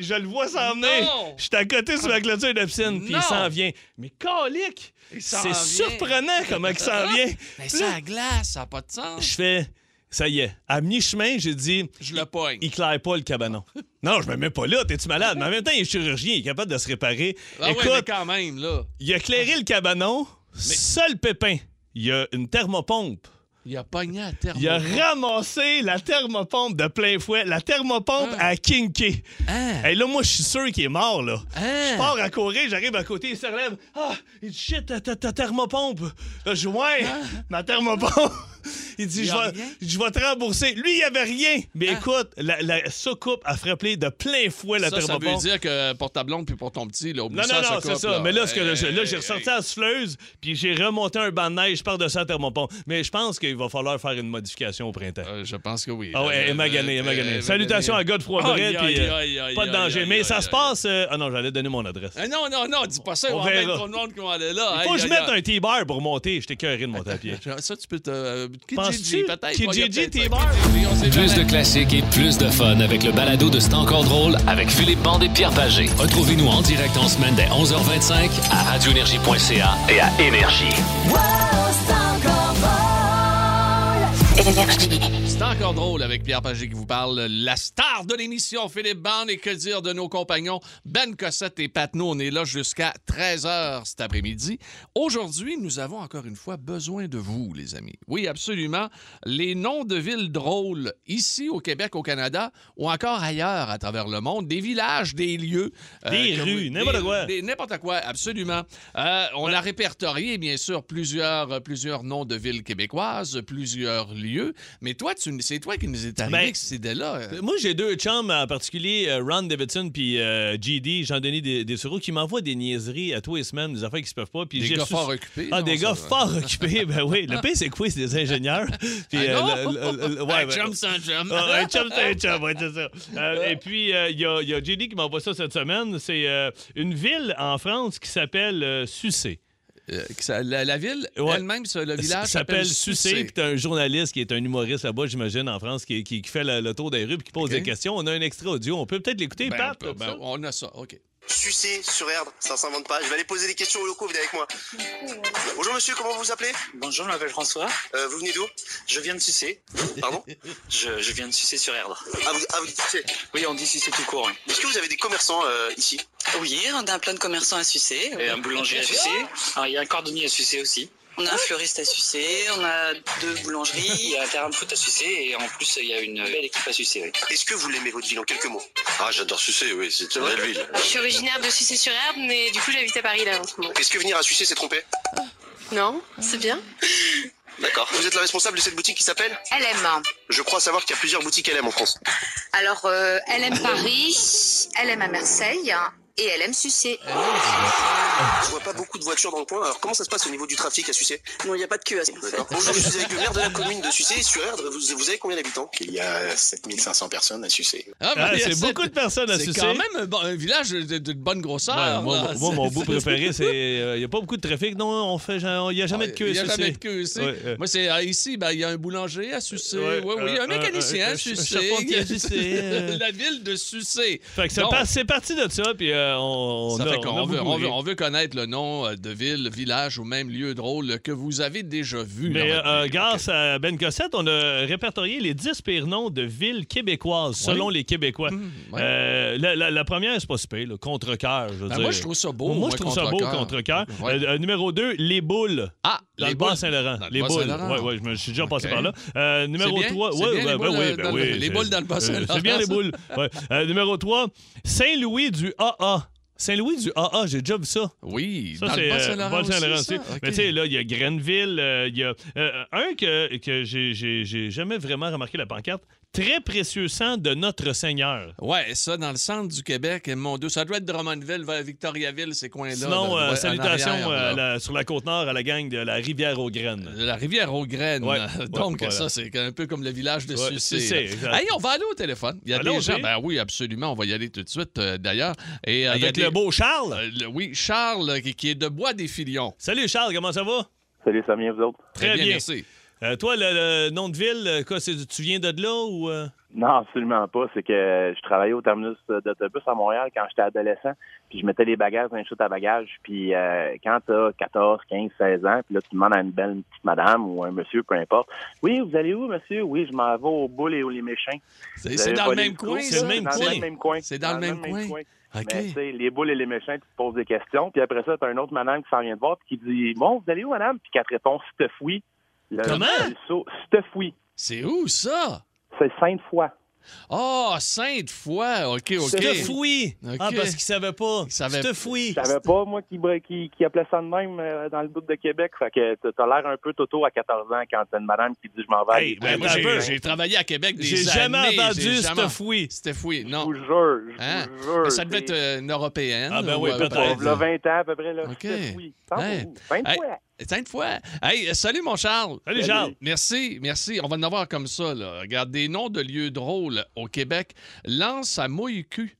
Je le vois s'en venir.
Non.
Je suis à côté sur la clôture de piscine, puis il
Non.
s'en vient. Mais colique!
s'en
C'est
vient.
surprenant comment il s'en vient.
Mais
Puis
ça,
là,
la glace, ça n'a pas de sens.
je fais. Ça y est, à mi-chemin, j'ai dit,
Je le poigne.
il claire pas le cabanon. Non, je me mets pas là, t'es-tu malade? Mais en même temps, il est chirurgien, il est capable de se réparer.
Ah ouais,
Écoute,
mais quand même, là.
il a éclairé le cabanon. Seul pépin, il y a une thermopompe.
Il a pogné à terre.
Il a ramassé la thermopompe de plein fouet, la thermopompe
Ah.
à Kinké.
Hein?
Et là, moi, je suis sûr qu'il est mort, là.
Hein?
Je pars à courir, j'arrive à côté, il se relève. Ah, il dit shit, ta, ta- ta thermopompe. Là, je dis ouais, ma thermopompe. Il dit,
Ah. Il
je
a
vais,
rien? Ah.
je vais te rembourser. Lui, il avait rien. Mais écoute, la, la soucoupe a frappé de plein fouet la
Ça, ça
thermopompe.
veut dire que pour ta blonde puis pour ton petit, là, Euh, oublie
Non,
ça,
non, non,
ça
c'est
coupe,
ça. Mais là, ce que
Hey,
je- là, j'ai
hey,
ressorti la souffleuse, puis j'ai remonté un banc de neige par-dessus la thermopompe. Mais je pense qu'il va falloir faire une modification au printemps.
hey. Euh, je pense que oui. Euh,
Ah ouais, elle m'a gagné, elle m'a gagné. Salutations à Godefroy Bray,
Aïe, aïe,
puis, euh,
aïe, aïe,
pas de
aïe,
danger.
aïe,
mais
aïe,
ça se
aïe.
passe. euh, Ah non, j'allais donner mon adresse.
Ah Non, non, non, dis pas ça.
On
On va mettre
verra.
ton monde qui va aller là.
Faut
Aïe,
que je
aïe,
mette
aïe.
un T-bar pour monter. J'étais écœuré de monter à pied.
Ça, tu peux te. euh, Kijiji,
Penses-tu?
peut-être.
Kijiji,
Ouais, il y a peut-être-
T-Bar.
Kijiji, on sait
Plus
jamais.
de classiques et plus de fun avec le balado de C'est encore drôle avec Philippe Bande et Pierre Pagé. Retrouvez-nous en direct en semaine dès 11h25 à radioénergie.ca et à Énergie.
C'est encore drôle avec Pierre Pagé qui vous parle, la star de l'émission Philippe Bande et que dire de nos compagnons Ben Cossette et Patneau. On est là jusqu'à 13h cet après-midi. Aujourd'hui, nous avons encore une fois besoin de vous, les amis. Oui, absolument. Les noms de villes drôles ici au Québec, au Canada ou encore ailleurs à travers le monde, des villages, des lieux. euh,
Des
que
rues,
des-
n'importe quoi.
des- N'importe quoi, absolument. Euh, on a répertorié, bien sûr, plusieurs, euh, plusieurs noms de villes québécoises, plusieurs lieux sérieux. Mais toi, tu, c'est toi qui nous est arrivé
Ben,
avec cette idée-là. Euh,
Moi, j'ai deux chums, en particulier euh, Ron Davidson puis euh, GD, Jean-Denis Des- Dessureau, qui m'envoient des niaiseries à tous les semaines, des affaires qui se peuvent pas. Puis
Des
j'ai
gars
reçu-
fort occupés.
Ah,
non,
des
ça
gars
va.
fort occupés, ben oui. Le pire, c'est quoi? C'est des ingénieurs.
Ah,
Puis, euh,
non?
le- le- le- ouais,
Un
ben-
chum sans chum.
Ah, un chum, c'est un chum, ouais, c'est ça. Euh, et puis, euh, il y, a- il y a JD qui m'envoie ça cette semaine. C'est euh, une ville en France qui s'appelle euh, Sucé.
Euh, que ça- la, la ville
Ouais.
elle-même, ça, le
Ça
village
s'appelle Sucé. Puis, t'as un journaliste qui est un humoriste là-bas, j'imagine, en France, qui, qui- qui fait le, le tour des rues puis qui pose
Ok.
des questions. On a un extra audio. On peut peut-être l'écouter,
Ben,
Pat,
ben,
comme ça?
on a ça, OK. Eh,
sucé sur Erdre, ça s'invente pas. Je vais aller poser des questions aux locaux, venez avec moi. Bonjour monsieur, comment vous vous appelez
Bonjour, je m'appelle François.
Euh, Vous venez d'où
Je viens de sucer.
Pardon
Je, je viens de sucer sur Erdre.
ah, vous, ah, vous dites sucé.
Oui, on dit sucer tout court. hein.
Est-ce que vous avez des commerçants euh, ici
Oui, on a un plein de commerçants à sucer.
Et un boulanger à sucer. Ah, il y a un cordonnier à sucer aussi.
On a un fleuriste à sucer. On a deux
Il
boulangeries.
y a un terrain de foot à sucer et en plus, il y a une belle équipe à sucer. oui.
Est-ce que vous l'aimez votre ville en quelques mots
Ah, j'adore sucer, oui, c'est une belle ville.
Je suis originaire de Sucé-sur-Herbe, mais du coup, j'habite à Paris là en ce moment.
Est-ce que venir à sucer c'est tromper
Non, c'est bien.
D'accord. Vous êtes la responsable de cette boutique qui s'appelle
LM.
Je crois savoir qu'il y a plusieurs boutiques LM en France.
Alors, LM Paris, LM à Marseille et LM sucer.
Ah,
Je vois pas beaucoup de voitures dans le coin, alors comment ça se passe au niveau du trafic à Sucé
Non, il n'y a pas de queue à
D'accord. Bonjour, je suis avec le maire de la commune de Sucé, sur Erdre, vous, vous avez combien d'habitants Il y a 7500 personnes à Sucé.
Ah, ben,
Ah,
il y a
c'est
cette-
beaucoup de personnes à
C'est
sucer.
quand même un, bon- un village de, de- de bonne grosseur.
Ouais, moi,
là.
mon- moi, mon bout
C'est-
préféré, c'est. Il n'y a pas beaucoup de trafic. Non, on fait. genre- Il n'y a jamais de queue.
Il n'y a
ça,
jamais
c'est-
de queue ici.
Ouais, euh.
Moi, c'est ah, ici, ben, il y a un boulanger à sucer.
Ouais,
oui, oui,
euh,
un mécanicien
euh,
à
un ch- un
sucer.
charpentier à sucer, euh.
La ville de sucer.
Fait que ça
Donc,
part- c'est parti de ça, puis euh, on, on
ça
a-
fait
on a
qu'on veut,
beaucoup
on
ri.
veut- on veut connaître le nom euh, de ville, village ou même lieu drôle que vous avez déjà vu.
Mais
dans votre
euh,
vie.
grâce à Ben Cossette, on a répertorié les 10 pires noms de villes québécoises, selon les Québécois.
Mmh, ouais.
Euh, la, la- la première, c'est pas si pire, là, contre-cœur, je veux
Ben,
dire.
moi, je trouve ça beau.
Moi,
ouais,
je trouve ça beau,
Contrecœur.
contre-cœur.
Ouais.
Euh, euh, numéro 2, les boules.
ah,
Dans
les
le bas
boules.
Saint-Laurent.
Dans le
Les
bas
boules.
Saint-Laurent.
Ouais, ouais, je me suis déjà passé
Ok.
par là. Euh, numéro
bien?
3.
C'est bien, les boules,
oui,
euh, dans
ben
le-
oui.
les
c'est-
boules dans le bas
euh,
Saint-Laurent,
C'est bien les
ça.
boules. Ouais. Euh, numéro 3, Saint-Louis du AA. Saint-Louis du AA, j'ai déjà vu ça.
Oui,
Ça,
dans
c'est
le bas
euh,
Saint-Laurent.
Paul
aussi,
Saint-Laurent,
ça?
tu sais.
Ok.
Mais tu sais, là, il y a Grenville, euh, il y a euh, un que, que j'ai- j'ai j'ai jamais vraiment remarqué la pancarte. Très précieux sang de notre Seigneur.
Ouais, ça, dans le centre du Québec, mon Dieu, ça doit être Drummondville, vers Victoriaville, ces coins-là.
Sinon,
là,
euh,
ouais, en
salutations
arrière,
euh, à
là. Euh,
la- sur la Côte-Nord à la gang de la rivière aux graines.
De la rivière aux graines.
Ouais,
Donc,
ouais, voilà.
ça, c'est un peu comme le village de
Ouais,
Sucé.
Sucé,
là.
exact.
Hey, on va aller au téléphone. Il y a des
Allons-y.
gens. Ben oui, absolument. On va y aller tout de suite, euh, d'ailleurs. Et, euh, il y a
Avec
des-
le beau Charles.
Euh, le- oui, Charles, euh, qui, qui est de Bois des Filions.
Salut Charles, comment ça va?
Salut Samien, vous autres?
Très bien.
Merci.
Euh, toi, le, le nom de ville, euh, quoi, c'est- tu viens de là ou. euh?
Non, absolument pas. C'est que je travaillais au terminus d'autobus à Montréal quand j'étais adolescent. Puis je mettais les bagages dans les chutes à bagages. Puis euh, quand t'as 14, 15, 16 ans, puis là, tu demandes à une belle petite madame ou un monsieur, peu importe. Oui, vous allez où, monsieur? Oui, je m'en vais aux boules et aux les méchants.
C'est
Vous
c'est
avez
dans
pas
le
les
même
micros,
coin,
ça?
C'est
ça?
le même
dans
coin.
le même coin.
C'est dans le même coin. OK.
Mais, tu sais, les boules et les méchants, tu te poses des questions. Puis après ça, t'as un autre madame qui s'en vient te voir, puis qui dit Bon, vous allez où, madame? Puis qu'elle te répond Stuff oui. Le,
Comment?
le saut, Stuff oui.
C'est où, ça?
C'est cinq fois.
Ah, oh, Sainte-Foy. OK, OK.
Je te fouille.
Ok.
Ah, parce qu'il savait pas.
Il savait-
Je te fouille.
Je savais pas, moi, qui, qui, qui appelait ça de même euh, dans le bout de Québec. Fait que t'as- t'as l'air un peu Toto à 14 ans quand t'as une madame qui dit je m'en vais.
Hey,
aller.
ben,
Ben, moi,
Attends un peu.
j'ai j'ai travaillé à Québec des
J'ai jamais
années,
entendu
j'ai
ce
jamais-
te fouille.
C'était fouillé,
je
non.
vous jure, je
Hein?
vous jure.
Mais ça devait
c'est-
être euh, une européenne.
Ah, ben
ou,
oui,
euh,
peut-être.
Il y a 20 ans à peu près, là.
OK.
C'était fouillé.
Hey.
Sans vous, 20
Hey.
fois.
Sainte-Foy. Hey, euh, salut, mon Charles.
Salut Charles.
Merci, merci. On va en avoir comme ça, là. Regarde, des noms de lieux drôles au Québec. Lance à Mouille-Cul.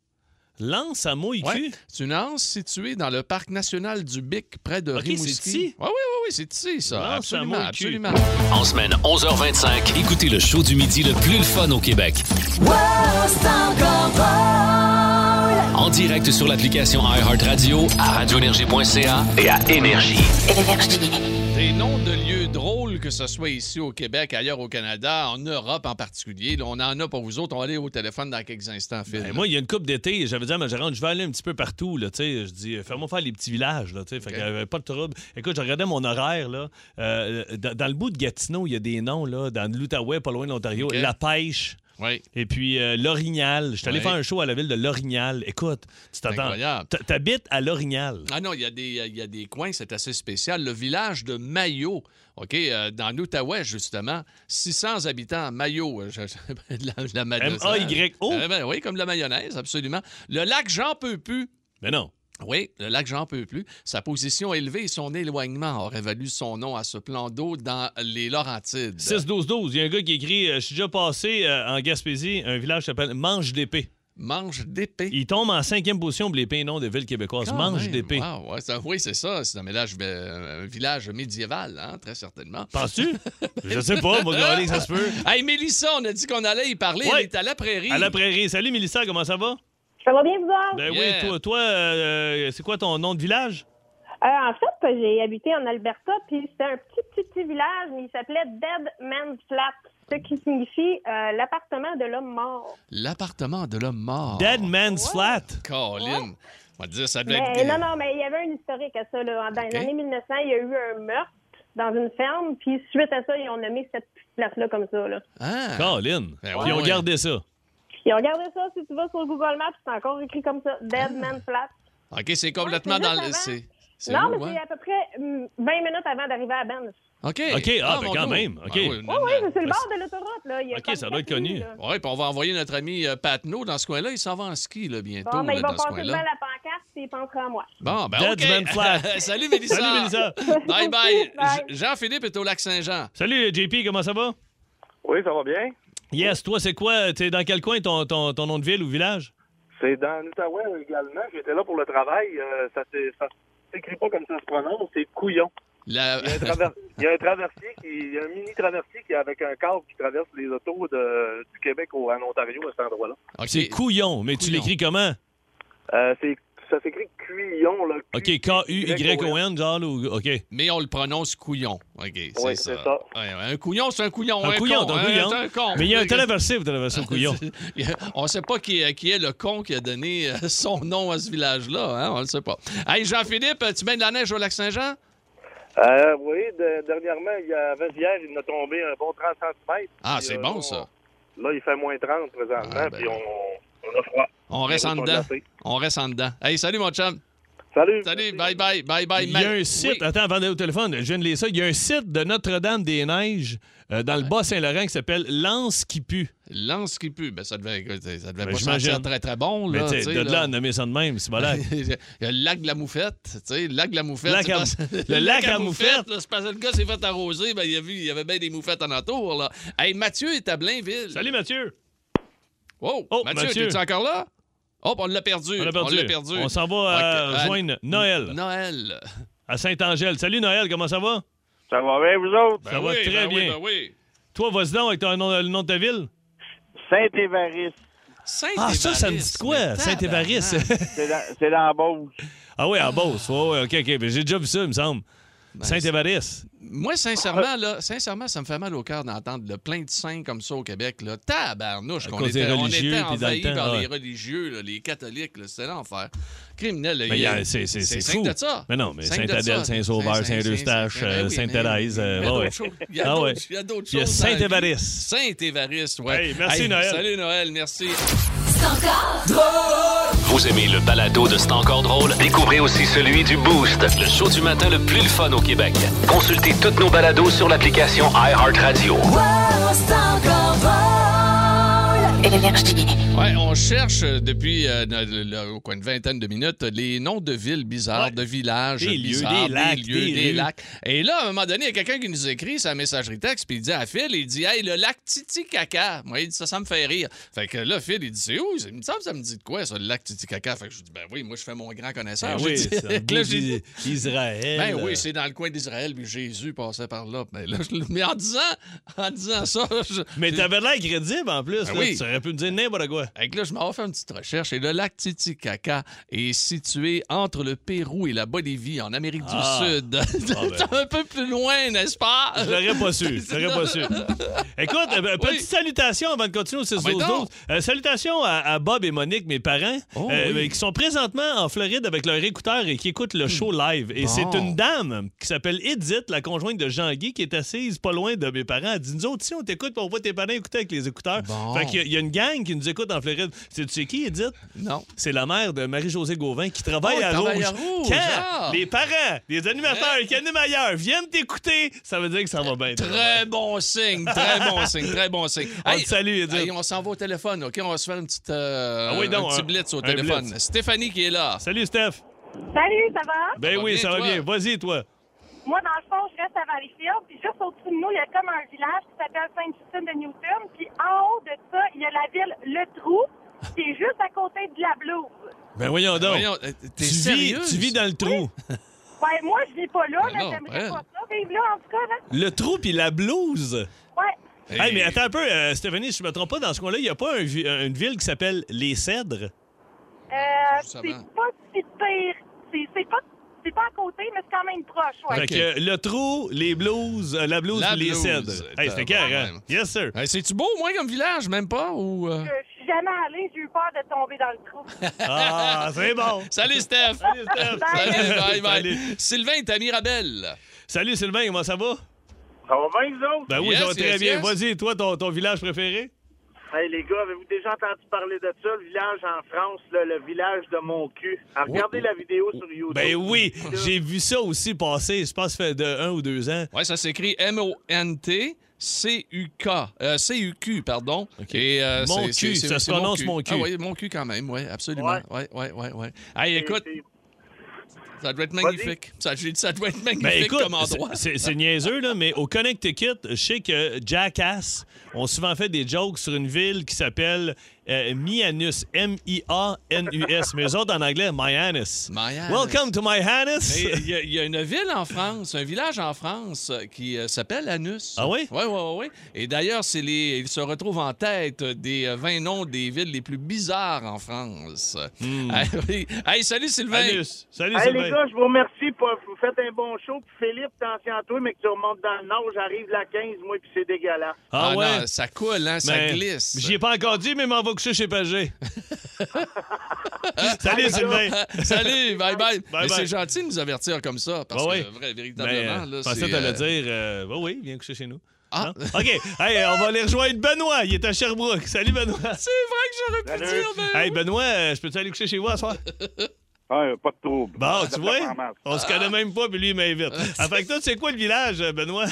Lance à mouille
Ouais. C'est une anse située dans le parc national du Bic, près de
Ok, c'est
Rimouski.
ici?
Oui, oui, oui, c'est ici, ça.
Lance à
absolument,
Mouille-Cul.
absolument.
En semaine, 11h25, écoutez le show du midi le plus le fun au Québec. En direct sur l'application iHeartRadio, à radioénergie.ca et à Énergie.
Des noms de lieux drôles, que ce soit ici au Québec, ailleurs au Canada, en Europe en particulier. Là, on en a pour vous autres. On va aller au téléphone dans quelques instants, Phil.
Ben, moi, il y a une coupe d'été, j'avais dit à ma gérante, je vais aller un petit peu partout. Là, tu sais. je dis, euh, fais-moi faire les petits villages. Là, tu sais. fait qu'il y avait pas de trouble. Écoute, je regardais mon horaire. Là, euh, dans, dans le bout de Gatineau, il y a des noms là, dans l'Outaouais, pas loin de l'Ontario.
Ok.
La pêche. Et puis euh, L'Orignal. Je suis allé
Oui.
faire un show à la ville de L'Orignal. Écoute, tu t'attends.
Incroyable.
t'a- T'habites à L'Orignal.
Ah non, il y, a des- il y a des coins, c'est assez spécial. Le village de Mayo, OK, euh, dans l'Outaouais, justement, 600 habitants à Mayo. euh, je- je- de la, de la ma- de-
M-A-Y-O?
Euh, ben oui, comme la mayonnaise, absolument. Le lac Jean Peux plus.
Mais Ben non.
Oui, le lac Jean Peux plus. Sa position élevée et son éloignement auraient valu son nom à ce plan d'eau dans les Laurentides.
6-12-12. Il y a un gars qui écrit euh, Je suis déjà passé euh, en Gaspésie, un village qui s'appelle Mange d'épée.
Mange d'épée.
Il tombe en cinquième position pour les pays noms des villes québécoises.
Quand
Mange
même.
d'épée.
Wow, ouais, ça- oui, c'est ça. C'est un, mélange- euh, un village médiéval, hein, très certainement.
Penses-tu? Je sais pas, moi, regardez, ça se peut.
Hey, Mélissa, on a dit qu'on allait y parler.
Ouais.
Elle est à la prairie.
À la prairie. Salut, Mélissa, comment ça va?
Ça va bien vous autres?
Ben
Yeah.
oui, toi, toi euh, c'est quoi ton nom de village?
Euh, en fait, j'ai habité en Alberta, puis c'était un petit, petit, petit village, mais il s'appelait Dead Man's Flat, ce qui signifie euh, l'appartement de l'homme mort.
L'appartement de l'homme mort.
Dead Man's Flat.
Colin. On va te dire, ça doit
Mais,
être.
non, non, mais il y avait un historique à ça. Là. ben, Dans les
Ok.
années 1900, il y a eu un meurtre dans une ferme, puis suite à ça, ils ont nommé cette petite place-là comme ça. Là.
Ah.
Colin.
Ben ouais,
Puis on
ouais.
gardait ça.
Puis regardez ça, si tu vas sur Google Maps, c'est encore écrit comme ça, Dead Man's Flat.
OK, c'est complètement
Ouais, c'est
dans
juste
le.
avant.
C'est c'est hein?
Non,
où,
mais
ouais?
c'est à peu près hum, 20 minutes avant d'arriver à Banff.
OK.
OK, ah, ben
mon
quand
Dieu.
même, OK.
Ah, oui,
Oui, oui, c'est sur le bord de l'autoroute. là. Il y a
OK,
comme
ça doit être
quatre rues,
connu.
là.
Ouais, puis on va envoyer notre ami euh, Patnaud dans ce coin-là. Il s'en va en ski là, bientôt
Bon, ben,
là,
il va
dans ce
passer devant
coin-là.
la pancarte et il pensera à moi.
Bon, ben
Dead
OK.
Man Flat.
Salut, Mélissa.
Salut, Mélissa.
Bye, bye.
Bye.
Je- Jean-Philippe est au lac Saint-Jean.
Salut, JP, comment ça va?
Oui, ça va bien.
Yes, toi, c'est quoi? T'es dans quel coin ton, ton, ton nom de ville ou village?
C'est dans l'Outaouais euh, également. J'étais là pour le travail. Euh, ça s'é- ça s'écrit pas comme ça se prononce, c'est couillon.
La-
Il y, a un traver- il y a un traversier qui, il y a un mini traversier qui est avec un câble qui traverse les autos de- du Québec au, en Ontario à cet endroit-là.
C'est Couillon, mais tu l'écris comment?
hein. Euh, c'est- ça s'écrit Cuillon, là.
OK, K-U-Y-O-N, genre, là, ou- OK.
Mais on le prononce couillon. OK, c'est
Oui,
ça.
c'est ça.
Ouais, ouais, un couillon, c'est un couillon.
Un couillon,
con,
un
hein,
couillon.
c'est un con.
Mais il y a un téléversif, téléversif au couillon.
Il y a- On ne sait pas qui, est- qui est le con qui a donné euh, son nom à ce village-là. hein, on ne le sait pas. Hey, Jean-Philippe, tu mets de la neige au lac Saint-Jean?
Euh, oui, de- dernièrement, il y avait hier, il en a tombé un bon 30 cm.
Ah, c'est bon, ça.
Là, il fait moins 30 présentement, puis on, on a froid.
Ah, ben. On reste en
on
dedans.
l'a fait.
On reste en dedans. Hey, salut, mon chum.
Salut.
Salut, bye bye, bye bye.
Il y a
Matt.
un site,
Ah,
hein.
Oui.
attends, avant d'aller au téléphone, je viens de lire ça. Il y a un site de Notre-Dame-des-Neiges euh, dans le Bas-Saint-Laurent qui s'appelle Lance qui pue.
Lance qui pue. Ben, ça devait, écoute, ça devait
Ben,
pas
j'imagine.
sentir très, très bon.
Mais
Là,
t'sais,
tu sais,
de là,
là.
à nommer ça de même, c'est malade.
Il y a le lac de la moufette, tu sais, le lac de la moufette.
Lac
c'est
à-
parce-
le lac à moufette.
là, c'est parce que le gars s'est fait arroser, ben, il, a vu, il y avait bien des moufettes en entour. Là. Hey, Mathieu est à Blainville.
Salut, Mathieu.
Oh,
Oh,
Mathieu,
Mathieu.
es-tu encore là? Hop, on l'a perdu.
On l'a perdu.
l'a perdu.
On s'en va, euh,
Ok, à-
joindre Noël.
Noël.
À Saint-Angèle. Salut, Noël, comment ça va?
Ça va bien, vous autres?
ça va
oui,
très
ben oui,
bien.
ben oui.
Toi, vas-y donc avec ton nom- le nom de ta ville.
Saint-Évariste.
Ah, ça, ça me dit de quoi?
mais
Saint-Évariste.
C'est dans, c'est dans la Beauce.
ah oui, à Beauce. Ouais, ouais, OK, OK. mais J'ai déjà vu ça, il me semble.
Ben,
Saint-Évariste.
Moi, sincèrement, là, sincèrement, ça me fait mal au cœur d'entendre le plein de saints comme ça au Québec. Là. Tabarnouche, qu'on
cause des
était, on
religieux,
était
puis dans le
envahis
temps,
par
ouais.
les religieux, là, les catholiques. là, C'était l'enfer. Criminel. là,
Mais
il y a-
il y a- c'est- c'est- c'est
cinq
fou.
de ça.
Mais non, mais
Cinq de
Saint-Adèle,
ça.
Saint-Sauveur,
Saint-
Saint-Eustache,
Saint-
euh,
oui,
Sainte-Thérèse,
mais-
euh,
mais d'autres
ouais, ouais.
choses. Il y a
Ah
d'autres-
ouais.
il y a d'autres
Il y a
choses dans la vie.
Saint-Évariste.
Saint-Évariste, ouais.
Hey, merci, Noël.
Salut Noël, merci.
Vous aimez le balado de C'est encore drôle? Découvrez aussi celui du Boost, le show du matin le plus le fun au Québec. Consultez toutes nos balados sur l'application iHeartRadio.
Ouais, on cherche euh, depuis euh, le- le- le- au coin de vingtaine de minutes les noms de villes bizarres, de villages
Des lieux,
bizarres,
des lacs,
lieux,
des
des
rues.
lacs. Et là, à un moment donné, il y a quelqu'un qui nous écrit sa messagerie texte, puis il dit à Phil, il dit Hey, le lac Titicaca. Moi, il dit ça, ça me fait rire. Fait que là, Phil, il dit C'est où Il me semble que ça me dit de quoi, ça, le lac Titicaca Fait que je dis Ben oui, moi, je fais mon grand connaisseur.
Ben
J'ai
oui,
dit-
c'est un bout
Là, j'ai dit-
d'I- Israël.
ben
euh,
oui, c'est dans le coin d'Israël, puis Jésus passait Ben par là. Mais, là, je- mais en disant, en disant ça, je-
Mais t'avais l'air crédible en plus.
Ben
là.
oui.
Tu T'aurais pu me dire n'importe quoi.
Fait que là, je m'en vais faire une petite recherche. Et le lac Titicaca est situé entre le Pérou et la Bolivie, en Amérique
Ah.
du Sud.
Ah, ben.
un peu plus loin, n'est-ce pas?
Je l'aurais pas su. Je l'aurais pas su. Écoute, euh, ben, petite salutation avant de continuer au 6
Ah, ben donc.
Euh,
Oh,
Salutations à, à Bob et Monique, mes parents, euh,
oui. Hmm.
qui sont présentement en Floride avec leur écouteur et qui écoutent le show live. Et
Bon.
c'est une dame qui s'appelle Edith, la conjointe de Jean-Guy, qui est assise pas loin de mes parents. Elle dit Nous autres, si on t'écoute, puis on voit tes parents écouter avec les écouteurs. Fait qu'il y a- il y, a une gang qui nous écoute en Floride. Sais-tu c'est qui, Edith
Non.
C'est la mère de Marie-Josée Gauvin qui travaille,
Oh, elle
à,
travaille
Rouge.
à Rouge,
Quand
ah!
les parents, les animateurs qui animent ailleurs viennent t'écouter, ça veut dire que ça va bien.
Très bon signe, très bon signe, très bon signe.
On te salue, Edith.
hey, on s'en va au téléphone, OK? On va se faire une petite, euh,
Ah oui, donc,
un petit
un-
blitz
un
au téléphone.
blitz.
Stéphanie qui est là.
Salut, Steph.
Salut, ça va?
Ben
va
oui,
bien,
ça va
toi?
bien. Vas-y, toi.
Moi, dans le fond, je reste à Valleyfield, puis juste au-dessus de nous, il y a comme un village qui s'appelle Saint-Justine de Newton, puis en haut de ça, il y a la ville Le Trou, qui est juste à côté de la blouse.
Ben voyons donc.
Voyons, euh, t'es
tu, vis,
sérieuse?
tu vis dans le trou.
Ouais, moi, je vis pas là,
Ben
Ah, mais
non,
j'aimerais
ben.
pas ça vivre là, en tout cas, là.
Le trou puis la blouse.
Ouais.
Hey, mais attends un peu, euh, Stéphanie, si je me trompe pas, dans ce coin-là, il n'y a pas un vi- euh, une ville qui s'appelle Les Cèdres?
Euh,
Juste
c'est
avant.
pas si pire. C'est- C'est pas, c'est pas à côté, mais c'est quand même proche,
Fait
ouais.
que le trou, les blouses, euh, la blouse
La
puis les
blouse.
cèdres. Hey, c'était
Quand
carré, hein?
même.
Yes, sir.
Hey, C'est-tu beau, moi, comme village, même pas? Ou, euh?
Je je suis jamais allée, j'ai eu peur de tomber dans le trou.
Ah, c'est bon.
Salut, Steph.
Salut, Steph.
Salut, bye, bye.
Salut.
Sylvain, t'as Mirabelle.
Salut, Sylvain, comment ça va?
Ça va bien, vous autres?
Ben oui,
Yes,
ça va très
yes,
bien.
yes.
Vas-y, toi, ton, ton village préféré?
Hey, les gars, avez-vous déjà entendu parler de ça, le village en France, là, le village de mon cul? Ah,
Oh,
regardez la vidéo sur YouTube.
Ben oui, j'ai vu ça aussi passer, je pense, ça fait de un ou deux ans.
Ouais, ça s'écrit M-O-N-T. C-U-K. Euh, C-U-Q, pardon. Et, euh,
Mon
c'est- c'est-
cul,
c'est-
ça se
c'est
prononce mon cul.
Ah oui, mon cul quand même, oui, absolument. Oui, oui, oui. Ouais. Hey, écoute, ça doit être magnifique. Ça, j'ai dit, ça doit être magnifique
Ben écoute,
comme endroit.
c'est- c'est c'est niaiseux, là, mais au Connecticut, je sais que Jackass ont souvent fait des jokes sur une ville qui s'appelle euh, Mianus. M-I-A-N-U-S. Mais eux autres, en anglais, Mianus.
Mianus.
Welcome to Mianus.
Mais il y, a- il y a une ville en France, un village en France euh, qui euh, s'appelle Anus.
Ah oui?
Oui, oui, oui. Et d'ailleurs, c'est les, il se retrouve en tête des euh, 20 noms des villes les plus bizarres en France. Ah oui. Hey, salut Sylvain.
Hmm. Anus. Salut,
Hey,
Sylvain.
les gars, je vous remercie. Pour, vous faites un bon show. Puis Philippe, t'ancien toi, mais que tu remontes dans le nord. J'arrive la 15, moi, puis c'est dégueulasse.
Ah,
Ah
ouais?
non, ça coule, hein, ça
Mais
glisse.
J'y ai pas encore dit, mais m'en va coucher chez Pagé. Salut, Sylvain.
Salut, bye bye.
Bye
Mais
bye. Ah
c'est gentil de nous avertir comme ça, parce
Ouais,
que
ouais.
vrai,
Mais,
véritablement,
euh,
là,
Je pensais
c'est,
te
euh,
le dire. hein? euh, oui, oui, viens coucher chez nous.
Ah.
Non? OK. Hey, on va aller rejoindre Benoît. Il est à Sherbrooke. Salut, Benoît.
C'est vrai que j'aurais pu
Salut.
dire, mais...
Hey, Benoît, euh, je peux-tu aller coucher chez vous à soir?
Ah, pas de trouble.
Bon, tu vois, on se
Ah.
connaît même pas, puis lui, il m'invite. Ah, fait que toi, c'est quoi le village, euh, Benoît?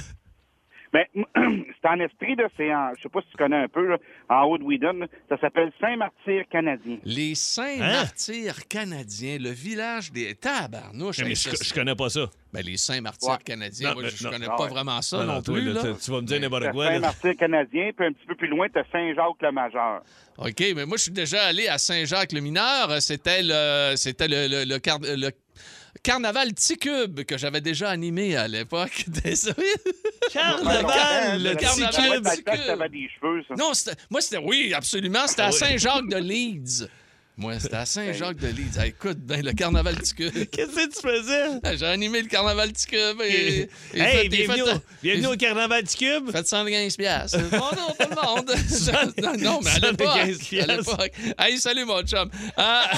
Mais c'est en Estrie, là, c'est en, je sais pas si tu connais un peu, là, en haut de Whedon, là, ça s'appelle Saint-Martyr canadien.
Les saints
Hein?
martyrs canadiens, le village des tabarnouches.
Mais
Hey,
je,
ça, c'est-
je connais pas ça.
Ben, les saints martyrs
Ouais.
canadiens,
Non,
moi,
mais
je
non.
connais
Ah
pas
ouais.
vraiment ça
Non,
non,
non, toi,
plus.
là,
là.
tu- tu vas me dire n'importe
C'est
quoi. là.
Saint-Martyr canadien, puis un petit peu plus loin, t'as Saint-Jacques le majeur.
OK, mais moi, je suis déjà allé à Saint-Jacques-le-Mineur. Euh, C'était le, c'était le, le, le car- le carnaval T-Cube que j'avais déjà animé à l'époque. Désolé.
Carnaval,
carnaval.
le petit cube.
Petit cube.
T'avais des cheveux, ça.
Non, c'était- moi, c'était. Ah Oui, absolument. C'était à Saint-Jacques-de-Leeds. Moi, c'était à Saint-Jacques-de-Leeds. Ah, écoute, ben, le carnaval T-Cube.
Qu'est-ce que tu faisais?
J'ai animé le carnaval T-Cube. Et, et
hey,
fait- et
bienvenue,
fait-
au, bienvenue au Carnaval du Cube.
Faites 115 piastres. Bonjour Oh tout le monde. non, non, mais à
115
l'époque. à l'époque. Hey, salut mon chum. Ah,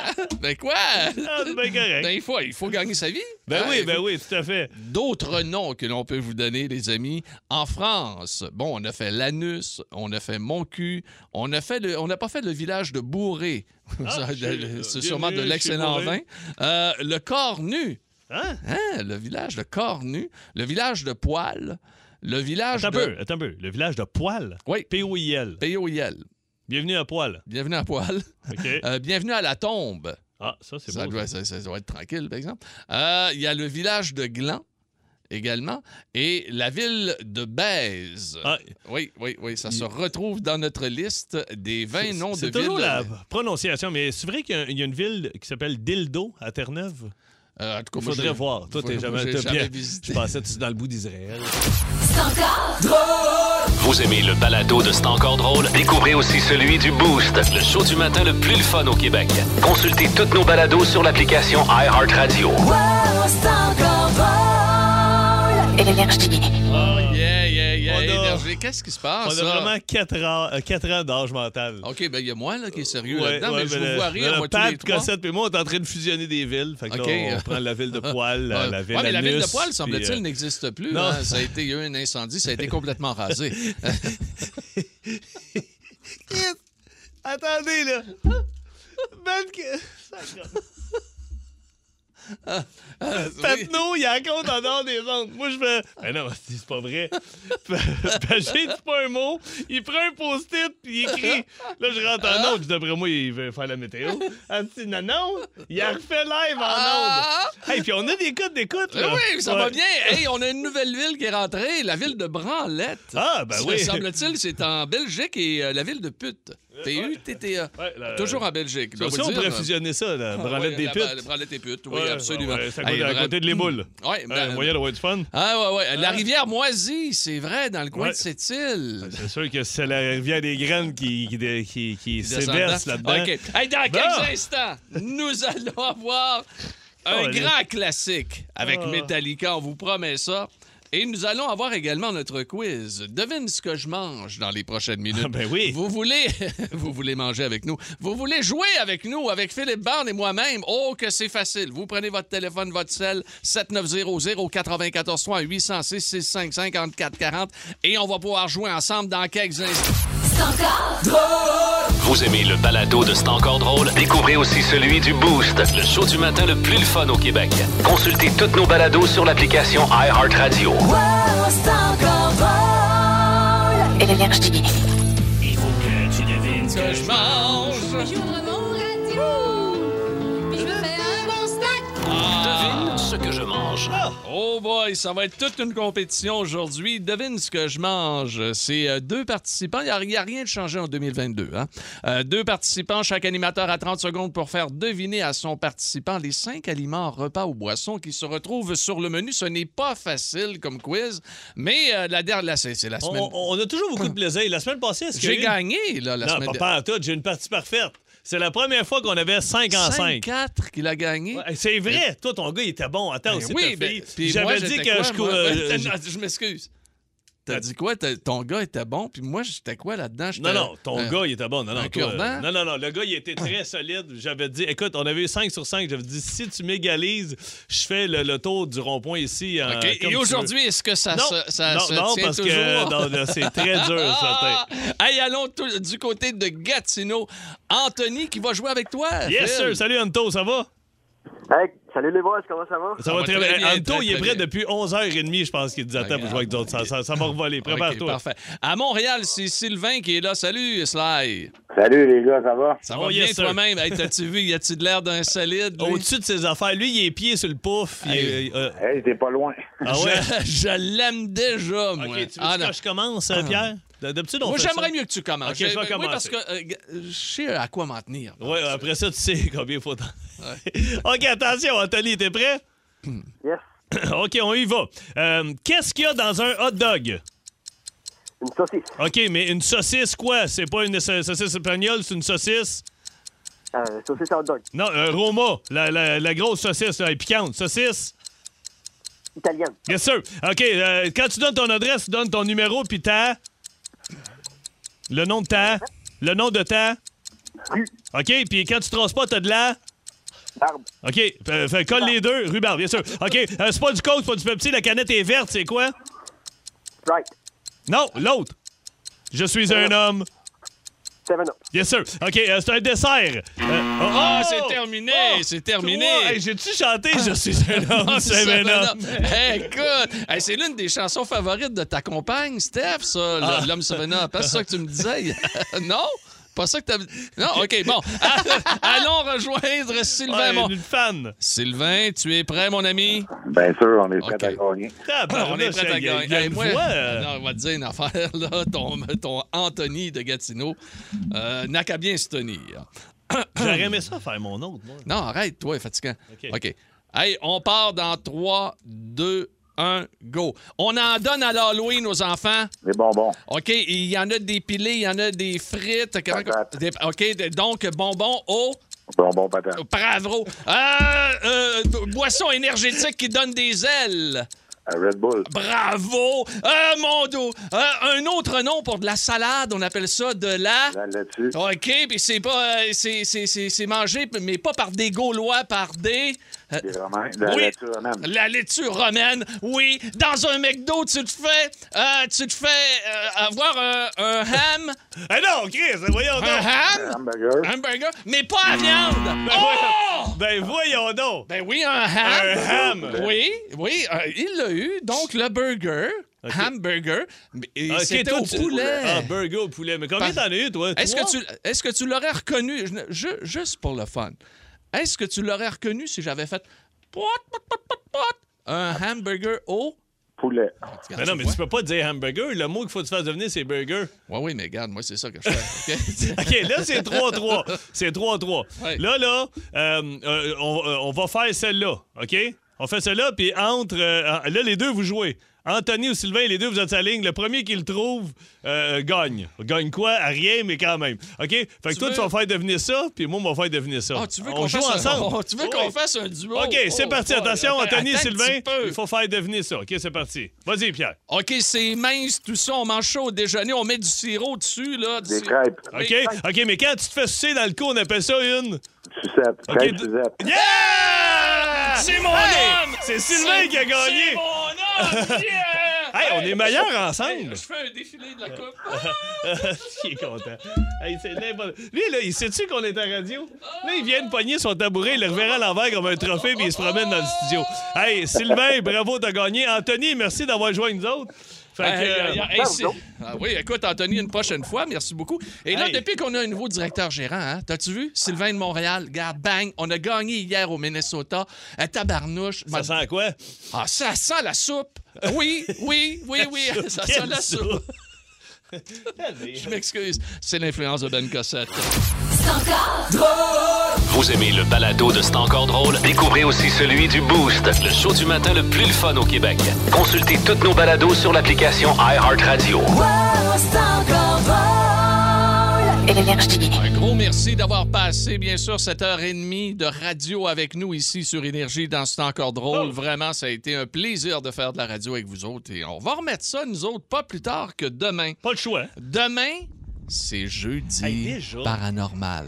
ben quoi?
Ah, c'est bien correct.
Ben, il, faut, il faut gagner sa vie.
Ben
Hein,
oui,
il
ben
faut-
oui, tout à fait.
D'autres noms que l'on peut vous donner, les amis. En France, bon, on a fait l'anus, on a fait mon cul, on a fait le- on n'a pas fait le village de Bourré. Ça,
chez-
le- C'est
bienvenue
sûrement de
chez
l'excellent vin.
Bourré.
Euh, le corps nu.
Hein?
Hein, Le village de corps nu. Le village de poil. Le village
Attends un
de...
peu, attends un peu. Le village de Poil.
Oui.
P-O-I-L.
P.O.I.L.
Bienvenue à Poil.
Bienvenue à Poil.
OK.
Euh, bienvenue à la tombe.
Ah, ça, c'est
Ça
beau.
doit,
ça.
ça- ça doit être tranquille, par exemple. Euh, Il y a le village de Gland également et la ville de Bèze.
Ah,
Oui, oui, oui, ça se retrouve dans notre liste des 20 noms Ben, de
c'est
villes.
toujours la prononciation, mais c'est vrai qu'il y a- il y a une ville qui s'appelle Dildo à Terre-Neuve.
Euh, en tout cas,
Il
moi,
faudrait
j'ai-
voir. Toi, t'es
j'ai-
jamais,
j'ai
t'as bien-
visité.
Je pensais que tu es dans le bout d'Israël.
Vous aimez le balado de C'est encore drôle? Découvrez aussi celui du Boost, le show du matin le plus le fun au Québec. Consultez toutes nos balados sur l'application iHeartRadio.
Oh, yeah, yeah, yeah.
On a-
Énergie. Qu'est-ce qui se
On a
passe? Ah, ça?
vraiment 4 ans, euh, quatre ans d'âge mental.
OK, ben il y a moi là, qui est sérieux
Ouais,
là-dedans,
ouais,
mais je
mais
vous
le-
vois rire,
le
moi, tous les
Pat,
trois.
Cossette et moi, on est en train de fusionner des villes. Fait que là,
OK.
on prend la ville de Poil,
Ouais.
la ville
Ouais, mais la ville de
Anus,
Poil,
puis,
semble-t-il,
euh,
n'existe plus.
non.
hein. Ça a été, il y a eu un incendie, ça a été complètement rasé.
Attendez, là. Ben, que- Patnaud, il en compte en dehors des ondes. Moi, je fais. Ah non, c'est c'est pas vrai. Pagé dit pas un mot. Il prend un post-it puis il écrit. Là, je rentre en onde. je dis, D'après moi, il veut faire la météo. Elle me dit non, non. Il a refait live en onde. Hey, puis on a des codes d'écoute.
Ah
là.
oui, ça va
Ouais.
bien. Hey, on a une nouvelle ville qui est rentrée, la ville de Branlette.
Ah, ben
Ça,
oui.
Semble-t-il, c'est en Belgique et euh, la ville de pute. T-U-T-T-A.
là,
Toujours en Belgique. je dois
Si
vous
on
dire.
pourrait fusionner ça, la
Ah,
branlette
ouais,
des
la-
putes.
la branlette des putes, oui,
Ouais,
absolument.
ouais, c'est à côté-
Hey,
à
bra-
côté de les moules.
Ouais,
Euh,
ben-
moyen d'avoir du fun.
Ah, ouais, ouais. La rivière Moisie, c'est vrai, dans le coin
Ouais.
de cette île.
C'est sûr que c'est la rivière des graines qui, qui, dé- qui, qui s'éverse là-dedans.
OK. Hey, dans
Bon.
quelques instants, nous allons avoir un
Oh, les-
grand classique avec
Ah.
Metallica, on vous promet ça. Et nous allons avoir également notre quiz. Devine ce que je mange dans les prochaines minutes.
ben oui.
Vous voulez, vous voulez manger avec nous. Vous voulez jouer avec nous, avec Philippe Barne et moi-même. Oh, que c'est facile. Vous prenez votre téléphone, votre cell, 7900 94 3 806 655 54 40 et on va pouvoir jouer ensemble dans quelques instants.
Vous aimez le balado de C'est encore drôle? Découvrez aussi celui du Boost, le show du matin le plus le fun au Québec. Consultez toutes nos balados sur l'application iHeartRadio.
Il faut que tu devines ce que je mange.
Devine ce que je mange.
Ah. Oh boy, ça va être toute une compétition aujourd'hui. Devine ce que je mange. C'est euh, deux participants. Il n'y a, rien de changé en 2022. hein. Euh, deux participants, chaque animateur a 30 secondes pour faire deviner à son participant les cinq aliments, repas ou boissons qui se retrouvent sur le menu. Ce n'est pas facile comme quiz, mais euh, la dernière, là, c'est c'est
Oh,
la semaine. Hmm.
On, on a toujours beaucoup de plaisir. La semaine passée, est-ce que.
J'ai gagné là, la
non,
semaine
pas pas en tout. J'ai une partie parfaite. C'est la première fois qu'on avait 5 en 5.
5-4 qu'il a gagné.
C'est vrai. Toi, ton gars, il était bon. Attends, c'est
oui,
ta
ben,
fille.
puis moi,
J'avais dit
j'étais
que
quoi,
je cou-
moi?
euh,
Ben,
je-
non, je m'excuse. T'as dit quoi? T'as- Ton gars était bon, puis moi, j'étais quoi là-dedans? J'étais-
Non, non, ton
euh,
gars, il était bon. Non, non,
un
toi, euh,
cure-dent?
non, non, non, le gars, il était très solide. J'avais dit, écoute, on avait eu 5 sur 5. J'avais dit, si tu m'égalises, je fais le, le tour du rond-point ici. en-
OK.
euh, comme tu
Et
veux.
aujourd'hui, est-ce que ça
non,
se, ça
non,
se
non,
tient
parce
toujours? Ah!
que non, non, c'est très dur, ça.
Hey, allons tout- du côté de Gatineau. Anthony qui va jouer avec toi.
Yes,
Phil.
sir. Salut, Anto, ça va?
Hey, salut les boys, comment ça va?
Ça, va, très, bien. Anto,
très,
il est
très
prêt
bien. ah,
depuis 11h30, je pense qu'il nous attend pour jouer avec d'autres. Ça, ça, ça va revoler.
OK,
Prépare-toi.
parfait. À Montréal, c'est Sylvain qui est là. Salut, Sly.
Salut les gars, ça va?
Ça
Oh,
va bien
yes, sir.
toi-même. Hey, T'as-tu vu, y a-tu de l'air d'un solide? lui?
Au-dessus de ses affaires, lui, il est pied sur le pouf. il est- euh,
Hey, t'es pas loin.
ah ouais?
Je, je l'aime déjà, moi.
OK, tu veux
Ah, non.
que je commence, euh, Pierre? D'habitude, on
Moi,
fait ça.
j'aimerais mieux que tu commences.
OK, je vais
oui,
commencer.
parce que euh, g- je sais à quoi m'en tenir.
Ouais, après ça, tu sais combien il faut t'en- OK, attention, Anthony, t'es prêt?
Yes.
OK, on y va. Euh, Qu'est-ce qu'il y a dans un hot dog?
Une saucisse.
OK, mais une saucisse quoi? C'est pas une sa- saucisse espagnole, c'est une saucisse?
Euh, saucisse hot dog,
Non, un Roma, la, la- la grosse saucisse, là, elle est piquante. Saucisse?
italienne.
Yes, sir. OK, euh, quand tu donnes ton adresse, tu donnes ton numéro, puis ta... Le nom de
Euh,
ta... Le nom de ta... OK, puis quand tu te pas, t'as de la...
Barbe.
OK, euh, fait, colle les deux. Ruban, bien sûr. OK, euh, c'est pas du coke, c'est pas du Pepsi. La canette est verte, c'est quoi?
Right.
Non, l'autre. Je suis
Euh.
un homme.
Seven up.
Yes, sir. OK, euh, c'est un dessert. Euh, oh, oh!
Ah, c'est terminé, c'est terminé. Ah,
Trois. Hey, J'ai-tu chanté Je suis un homme,
C'est
c'est un
Seven
homme?
Up. Hey, écoute, hey, c'est l'une des chansons favorites de ta compagne, Steph, ça, le-
Ah.
l'homme Seven Up. Hein, C'est ça que tu me disais. non? Pas ça que t'as... Non? OK, bon. Ah, Allons rejoindre Sylvain.
Ouais,
Mon-
une fan.
Sylvain, tu es prêt, mon ami?
Bien sûr, on est prêt à gagner.
Ah, on est
Tabarnouche,
prêt à
il y a-
gagner.
il y a
Hey,
une
moi,
voix, euh.
non, on va te dire une affaire, là. Ton, ton Anthony de Gatineau euh, n'a qu'à bien se tenir.
J'aurais aimé ça faire mon autre, moi.
Non, arrête, toi, est fatigant. OK.
OK.
Hey, on part dans 3, 2, 1, go. On en donne à l'Halloween aux enfants.
Les bonbons.
OK, il y en a des pilés, il y en a des frites. Comment- des- OK, de- donc bonbons au
Bonbons, patate.
Bravo. Euh, euh, b- boisson énergétique qui donne des ailes.
Red Bull.
Bravo! Euh, mon dos! Euh, un autre nom pour de la salade, on appelle ça de la... OK, puis c'est pas... euh, c'est- c'est- c'est c'est mangé, mais pas par des Gaulois, par des... euh,
Romains, de la
oui,
laitue romaine.
La laitue romaine, oui. Dans un McDo, tu te fais... euh, tu te fais euh, avoir un, un ham...
Ah non, Chris, voyons
Un
donc.
ham...
Hamburger.
Hamburger, mais pas à viande! Oh!
Ben voyons donc.
Ben oui, un ham.
Un ham.
Oui, oui, euh, il l'a eu. Donc, le burger, hamburger, mais- et
Ok,
Ben, c'était
toi,
au
tu-
poulet.
Ah, burger au poulet. Mais combien
Par-
t'en as eu, toi?
Est-ce
Trois?
que tu, est-ce que tu l'aurais reconnu, je ne- ju- juste pour le fun, est-ce que tu l'aurais reconnu si j'avais fait pot, pot, pot, pot, pot, un hamburger au...
Poulet.
Ben non, mais tu peux pas dire hamburger. Le mot qu'il faut que tu fasses devenir, c'est burger.
Oui, oui, mais regarde, moi, c'est ça que je fais. OK?
OK, là, c'est 3-3. C'est 3-3.
Ouais.
Là, là, euh, euh, on, euh, on va faire celle-là, OK? On fait celle-là, puis entre... euh, là, les deux, vous jouez. Anthony ou Sylvain, les deux, vous êtes à la ligne. Le premier qui le trouve euh, gagne. Gagne quoi? À rien, mais quand même. OK? Fait que toi,
veux-
tu vas faire devenir ça, puis moi, on va faire devenir ça.
Ah, tu veux
on
qu'on
joue
fasse un-
ensemble.
Oh, tu veux qu'on
Oui.
fasse un duo?
OK, c'est
Oh,
parti.
boy.
Attention,
Attends,
Anthony,
attends un
Sylvain,
petit peu.
il faut faire devenir ça. OK, c'est parti. Vas-y, Pierre.
OK, c'est mince, tout ça. On mange ça au déjeuner, on met du sirop dessus, là.
Des
du-
crêpes.
OK, OK, mais quand tu te fais sucer dans le cou, on appelle ça une...
Sucette.
Ok,
Crêpes
d-
Suzette.
Yeah! C'est mon
Hey!
homme! C'est Sylvain qui a gagné!
C'est mon homme! Yeah!
Hey, on est meilleurs ensemble!
Je fais un défilé de la coupe. Ah!
il est content. Hey, c'est n'importe- Lui, là, il sait-tu qu'on est à radio? Là, il vient de pogner son tabouret, il le reverra à l'envers comme un trophée, puis il se promène dans le studio. Hey, Sylvain, bravo, t'as gagné. Anthony, merci d'avoir joint nous autres. Fait que,
Hey, hey, hey,
euh,
hey, c'est- Ah oui, écoute, Anthony, une prochaine fois. Merci beaucoup. Et là,
Hey.
depuis qu'on a un nouveau directeur gérant, hein, t'as-tu vu? Sylvain de Montréal, garde, bang, on a gagné hier au Minnesota. À tabarnouche.
ça sent quoi?
Ah, ça sent la soupe. Oui, oui, oui, oui, ça sent
Quelle
la soupe. Je m'excuse, c'est l'influence de Ben Cossette.
Vous aimez le balado de C'est encore drôle? Découvrez aussi celui du Boost, le show du matin le plus le fun au Québec. Consultez toutes nos balados sur l'application iHeartRadio.
Un gros merci d'avoir passé, bien sûr, cette heure et demie de radio avec nous ici sur Énergie dans ce temps encore drôle. Vraiment, ça a été un plaisir de faire de la radio avec vous autres et on va remettre ça, nous autres, pas plus tard que demain.
Pas le choix.
Demain, c'est jeudi
Hey, déjà?
paranormal.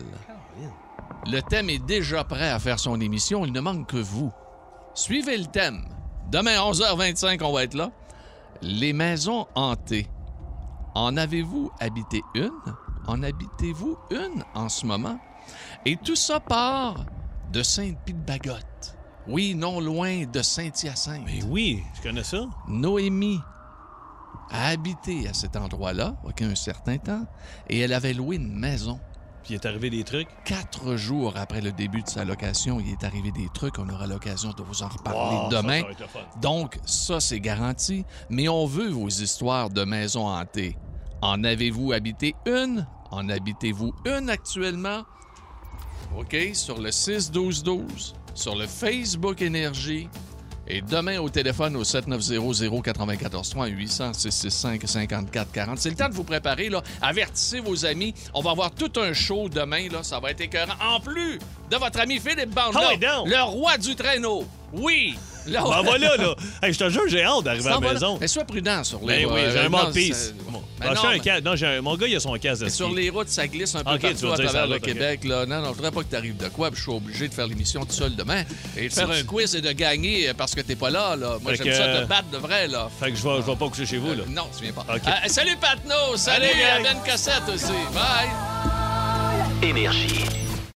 Le thème est déjà prêt à faire son émission, il ne manque que vous. Suivez le thème. Demain, 11h25, on va être là. Les maisons hantées. En avez-vous habité une? En habitez-vous une en ce moment? Et tout ça part de Sainte-Pie-de-Bagotte. Oui, non loin de Saint-Hyacinthe.
Mais oui, je connais ça.
Noémie a habité à cet endroit-là, OK, un certain temps, et elle avait loué une maison.
Puis il est arrivé des trucs.
Quatre jours après le début de sa location, il est arrivé des trucs. On aura l'occasion de vous en reparler
Wow, ça,
demain.
ça va être le fun.
Donc, ça, c'est garanti. Mais on veut vos histoires de maisons hantées. En avez-vous habité une? En habitez-vous une actuellement? OK, sur le 6-12-12, sur le Facebook Énergie. Et demain, au téléphone, au 7900-943 800-665-5440. C'est le temps de vous préparer. Là. Avertissez vos amis. On va avoir tout un show demain. Là. Ça va être écœurant. En plus de votre ami Philippe Banda,
Ah oui, donc!
le roi du traîneau. Oui! Là,
Ben voilà, là. Hey, je te jure, j'ai hâte d'arriver à
S'en va
la
là.
maison.
Mais sois prudent sur les
Ben oui,
euh,
j'ai un
non,
mot de pisse.
c'est-
Bon.
Ben
Ah,
non,
j'ai un
mais-
casque. Non, j'ai un- mon gars, il a son casque de
mais
ski.
sur les routes, ça glisse un peu
Ok, tu
partout
vas
à
dire ça
travers
va,
le
ok.
Québec. Là. Non, non, je voudrais pas que tu arrives de quoi, puis je suis obligé de faire l'émission tout seul demain et de faire un quiz et de gagner euh, parce que t'es pas là. là. Moi,
Fait
j'aime
que-
ça te battre de vrai. là.
Fait que je vais je vais pas coucher chez vous, là.
Euh, non, tu viens pas.
Ok.
Euh, salut Patno, salut
Allez,
à
gang.
Ben Cossette aussi. Bye!
Énergie.